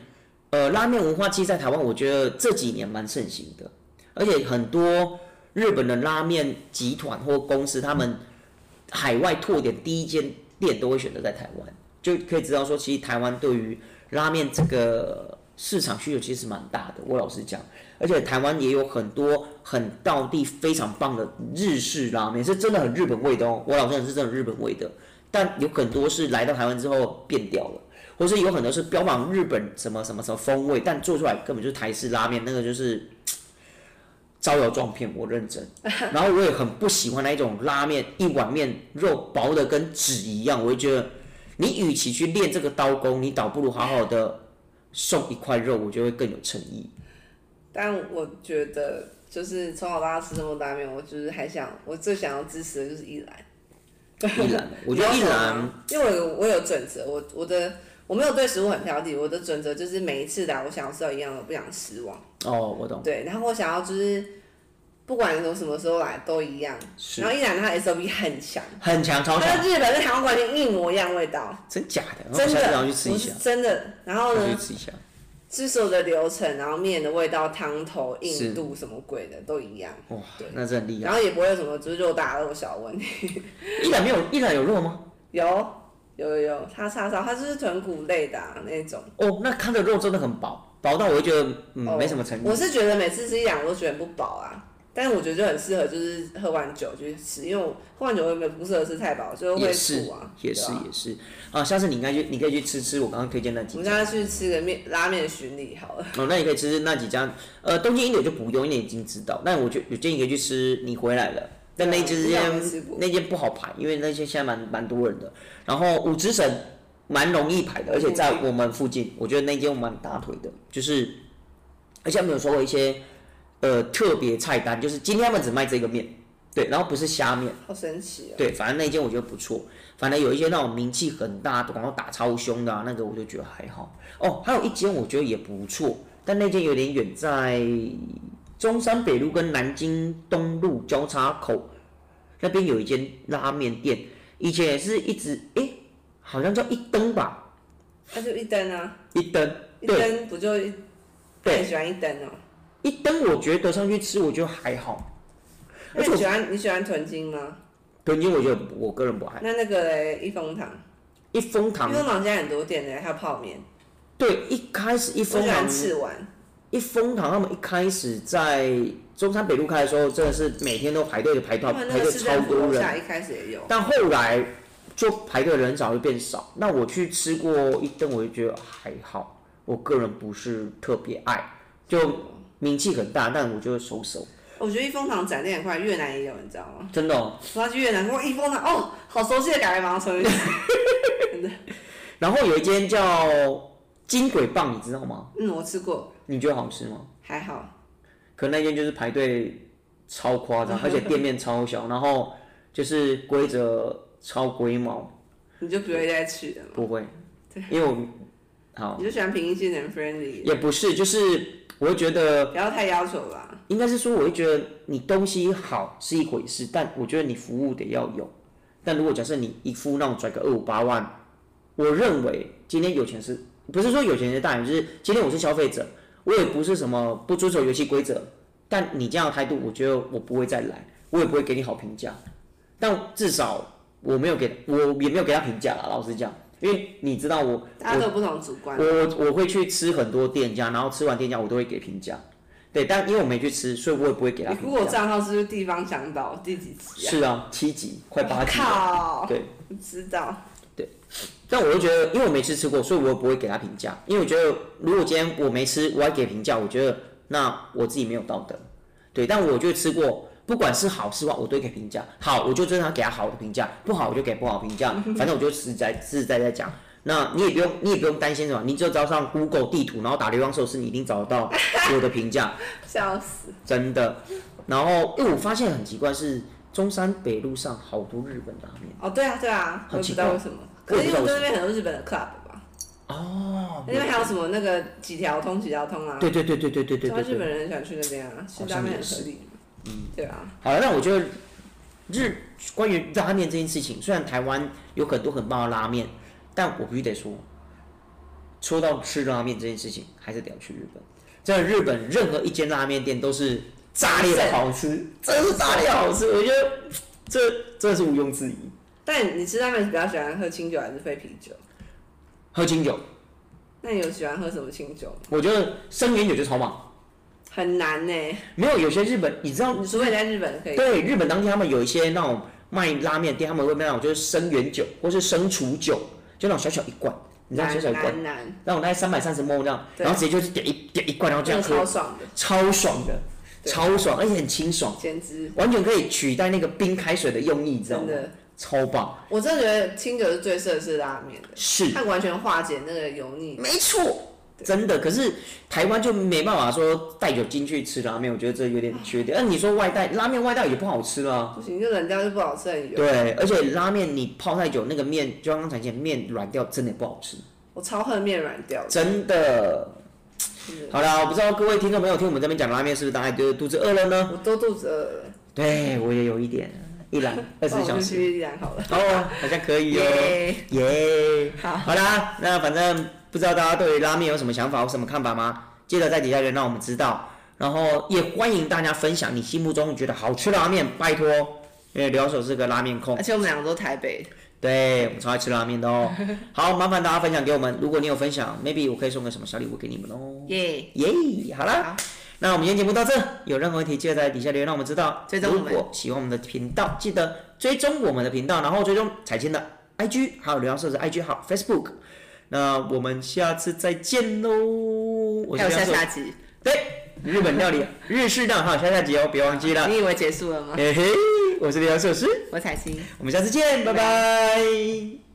S2: 呃，拉面文化其实在台湾，我觉得这几年蛮盛行的，而且很多日本的拉面集团或公司，他们海外拓点第一间店都会选择在台湾，就可以知道说，其实台湾对于拉面这个市场需求其实蛮大的。我老实讲，而且台湾也有很多很道地非常棒的日式拉面，是真的很日本味的哦。我老实讲是真的很日本味的，但有很多是来到台湾之后变掉了，或是有很多是标榜日本什么什么什么风味，但做出来根本就是台式拉面，那个就是嘖招摇撞骗。我认 (laughs) 真，然后我也很不喜欢那一种拉面，一碗面肉薄的跟纸一样，我就觉得你与其去练这个刀工，你倒不如好好的送一块肉，我觉得会更有诚意。
S1: 但我觉得，就是从小到大吃这么多拉面，我就是还想，我最想要支持的就是一兰。
S2: 一 (laughs) 兰，嗯我觉得一兰，，
S1: (laughs) 因为我有我有准则，我我的我没有对食物很挑剔，我的准则就是每一次来我想要吃到一样的，我不想失望。
S2: 哦，我懂，
S1: 对，然后我想要就是不管从什么时候来都一样。
S2: 是
S1: 然后一兰它的 SOP 很强，
S2: 很强，超
S1: 它
S2: 强，
S1: 的日本跟台湾馆店一模一样味道，
S2: (laughs) 真假的，
S1: 真
S2: 我下次要
S1: 的，
S2: 去吃
S1: 我
S2: 一
S1: 是
S2: 下，
S1: 真的。然后
S2: 我
S1: 呢
S2: 去，吃一下。
S1: 吃所有的流程，然后面的味道、汤头、硬
S2: 是
S1: 度什么鬼的都一样，
S2: 哇
S1: 对，
S2: 那真的很厉害。
S1: 然后也不会有什么就是肉大肉小的问题。 (laughs)
S2: 一兰没有，一兰有肉吗？
S1: 有有有有，它叉烧它就是豚骨类的、啊、那种。
S2: 哦，那它的肉真的很薄，薄到我会觉得
S1: 哦
S2: 嗯没什么诚意
S1: 我。是觉得每次吃一两我都觉得不饱啊，但是我觉得就很适合就是喝完酒就去吃，因为我喝完酒我也没有不适合吃太饱，就会
S2: 也是
S1: 吐啊。
S2: 也是
S1: 对啊
S2: 也是啊，下次你应该去，你可以去吃吃我刚刚推荐那
S1: 我
S2: 几
S1: 们
S2: 家。
S1: 下次去吃个面拉面巡礼好了。
S2: 哦，那你可以吃吃那几家，呃，东京一点就不用，因为你已经知道。但我觉得有建议可以去吃，你回来了。但那
S1: 对啊
S2: 间
S1: 我没吃过
S2: 那间不好排，因为那间现在蛮蛮多人的。然后五之神蛮容易排的，而且
S1: 嗯
S2: 在我们附近，我觉得那间我蛮大腿的，就是而且他们有说过一些呃特别菜单，就是今天他们只卖这个面，对，然后不是虾面。
S1: 好神奇哦、
S2: 对，反正那一间我觉得不错。反正有一些那种名气很大，然后打超凶的、啊，那个我就觉得还好。哦，还有一间我觉得也不错，但那间有点远，在中山北路跟南京东路交叉口那边有一间拉面店，以前也是一直诶、好像叫一灯吧，
S1: 那就一灯啊，
S2: 一灯，
S1: 一
S2: 对
S1: 灯不就一那
S2: 对
S1: 你喜欢一灯哦、
S2: 一灯，我觉得上去吃我觉得还好，
S1: 那
S2: 而且
S1: 你
S2: 我
S1: 喜欢你喜欢豚筋吗？
S2: 豚筋我觉得我个人不爱。
S1: 那那个嘞，一风堂，
S2: 一风堂
S1: 一，风堂现在很多店呢，还有泡面，
S2: 对，一开始一
S1: 我
S2: 风
S1: 喜欢
S2: 堂
S1: 吃完。
S2: 一封堂他们一开始在中山北路开的时候，真的是每天都排队的排
S1: 他
S2: 到
S1: 们
S2: 排
S1: 那个
S2: 队
S1: 市
S2: 超
S1: 政府
S2: 多
S1: 楼
S2: 人，
S1: 下一开始也有，
S2: 但后来就排队的人少就变少。那我去吃过一顿，我就觉得还好，我个人不是特别爱，就名气很大，但我就收手。
S1: 我觉得一风堂展店很快，越南也有，你知道吗？
S2: 真的、哦，
S1: 我要去越南，我一风堂哦，好熟悉的感觉，马上冲进去。
S2: 然后有一间叫金鬼棒，你知道吗？
S1: 嗯，我吃过，
S2: 你觉得好吃吗？
S1: 还好。
S2: 可那间就是排队超夸
S1: (laughs)
S2: 张，而且店面超小，然后就是规则超龟毛。
S1: 你就不会再去了嘛？
S2: 不
S1: (laughs)
S2: 会，因为我好
S1: 你就喜欢平易近人、friendly，
S2: 也不是，就是我会觉得，
S1: 不要太要求啦。
S2: 应该是说，我会觉得你东西好是一回事，但我觉得你服务得要有。但如果假设你一付那种拽个二五八万，我认为今天有钱是不是说有钱人大人，就是今天我是消费者，我也不是什么不遵守游戏规则，但你这样的态度，我觉得我不会再来，我也不会给你好评价。但至少我没有给我也没有给他评价啦，老实讲，因为你知道我
S1: 大家都有不同主观，
S2: 我我会去吃很多店家，然后吃完店家我都会给评价。对，但因为我没去吃，所以我也不会给他
S1: 你
S2: 评
S1: Google
S2: 价。
S1: 账号是不是地方向导第几集啊？
S2: 是啊，七级快八级了。
S1: 靠，
S2: 对，
S1: 不知道。
S2: 但我就觉得，因为我没吃吃过，所以我也不会给他评价。因为我觉得，如果今天我没吃，我还给评价，我觉得那我自己没有道德。对，但我就吃过，不管是好是坏，我都会给评价。好，我就真的给他好的评价；不好，我就给不好的
S1: (laughs)
S2: 评价。反正我就实在实实在在讲。那你也不用，你也不用担心什么，你只要找上 Google 地图，然后打流浪寿司，你一定找得到我的评价。
S1: 笑死！
S2: 真的。然后，哎因为我发现很奇怪是中山北路上好多日本拉面
S1: 哦，对啊，对啊，我
S2: 好
S1: 也不知
S2: 奇怪
S1: 道为什么。可
S2: 我也
S1: 是
S2: 不
S1: 因
S2: 知
S1: 为
S2: 道
S1: 我
S2: 为
S1: 们
S2: 什
S1: 那边
S2: 么
S1: 很多日本的 club 吧，
S2: 哦
S1: 那边还有什么那个几条通几条通啊？
S2: 对对对对对对对
S1: 然后
S2: 对
S1: 日本
S2: 对。
S1: 人很喜欢去那边啊，去
S2: 好
S1: 那
S2: 像
S1: 边很
S2: 也是
S1: 合理。嗯，对啊，
S2: 好了，那我觉得日关于拉面这件事情，虽然台湾有很多很棒的拉面，但我必须得说，说到吃拉面这件事情，还是得要去日本。在日本任何一间拉面店都是炸裂的好吃，真的是炸裂好吃，我觉得这这是毋庸置疑。
S1: 但你吃拉面比较喜欢喝清酒还是非啤酒？
S2: 喝清酒，
S1: 那你有喜欢喝什么清酒吗？
S2: 我觉得生原酒就超棒。
S1: 很难呢、
S2: 没有，有些日本，你知道，
S1: 除非你在日本可以。
S2: 对日本当地他们有一些那种卖拉面的店，他们会卖那种就是生原酒或是生储酒，就那种小小一罐，你知道小
S1: 难
S2: 小一
S1: 难
S2: 罐，
S1: 难，
S2: 那种大概三百三十 ml 那样，
S1: 对
S2: 然后直接就是点一点一罐，然后这
S1: 真
S2: 样
S1: 的超
S2: 喝，
S1: 爽的，
S2: 超爽的，
S1: 对
S2: 超爽，而且很清爽，
S1: 简直
S2: 完全可以取代那个冰开水的用意，你知道
S1: 真
S2: 吗？
S1: 的，
S2: 超棒，
S1: 我真的觉得清酒是最适合吃拉面的，
S2: 是
S1: 它完全化解那个油腻。
S2: 没错，真的。可是台湾就没办法说带酒精去吃拉面，我觉得这有点缺点。那你说外带拉面外带也不好吃啊啦。
S1: 不行，就冷掉就不好吃，很油。
S2: 对，而且拉面你泡太久，那个面就像刚才讲，面软掉真的不好吃，
S1: 我超恨面软掉的，
S2: 真的。
S1: 真的
S2: 好啦，我不知道各位听众朋友听我们这边讲拉面，是不是大家就是肚子饿了呢？
S1: 我都肚子饿了，
S2: 对我也有一点，一来二十
S1: 那
S2: 四
S1: 我
S2: 小
S1: 就
S2: 时，
S1: 去一兰好了。
S2: 哦，好像可以哦，
S1: 耶
S2: 耶、
S1: 好，
S2: 好啦，那反正不知道大家对于拉面有什么想法、有什么看法吗？记得在底下留言让我们知道，然后也欢迎大家分享你心目中觉得好吃的拉面，拜托，因为刘手是个拉面控
S1: 而，且我们两个都台北的，
S2: 对我们超爱吃拉面的哦。好，麻烦大家分享给我们，如果你有分享，maybe 我可以送个什么小礼物给你们哦。
S1: 耶！
S2: 耶、好啦
S1: 好，
S2: 那我们今天节目到这，有任何问题记得在底下留言让我们知道。
S1: 追踪我们
S2: 如果喜欢我们的频道，记得追踪我们的频道，然后追踪彩青的 IG，还有刘洋社的 IG，好 Facebook。那我们下次再见喽！我是
S1: 还有
S2: 刘洋
S1: 下
S2: 社
S1: 下集，
S2: 对日本料理日式料理还有下下集哦，别忘记了。
S1: 你以为结束了吗？
S2: 嘿嘿，我是刘洋寿司，
S1: 我彩青。
S2: 我们下次见，拜拜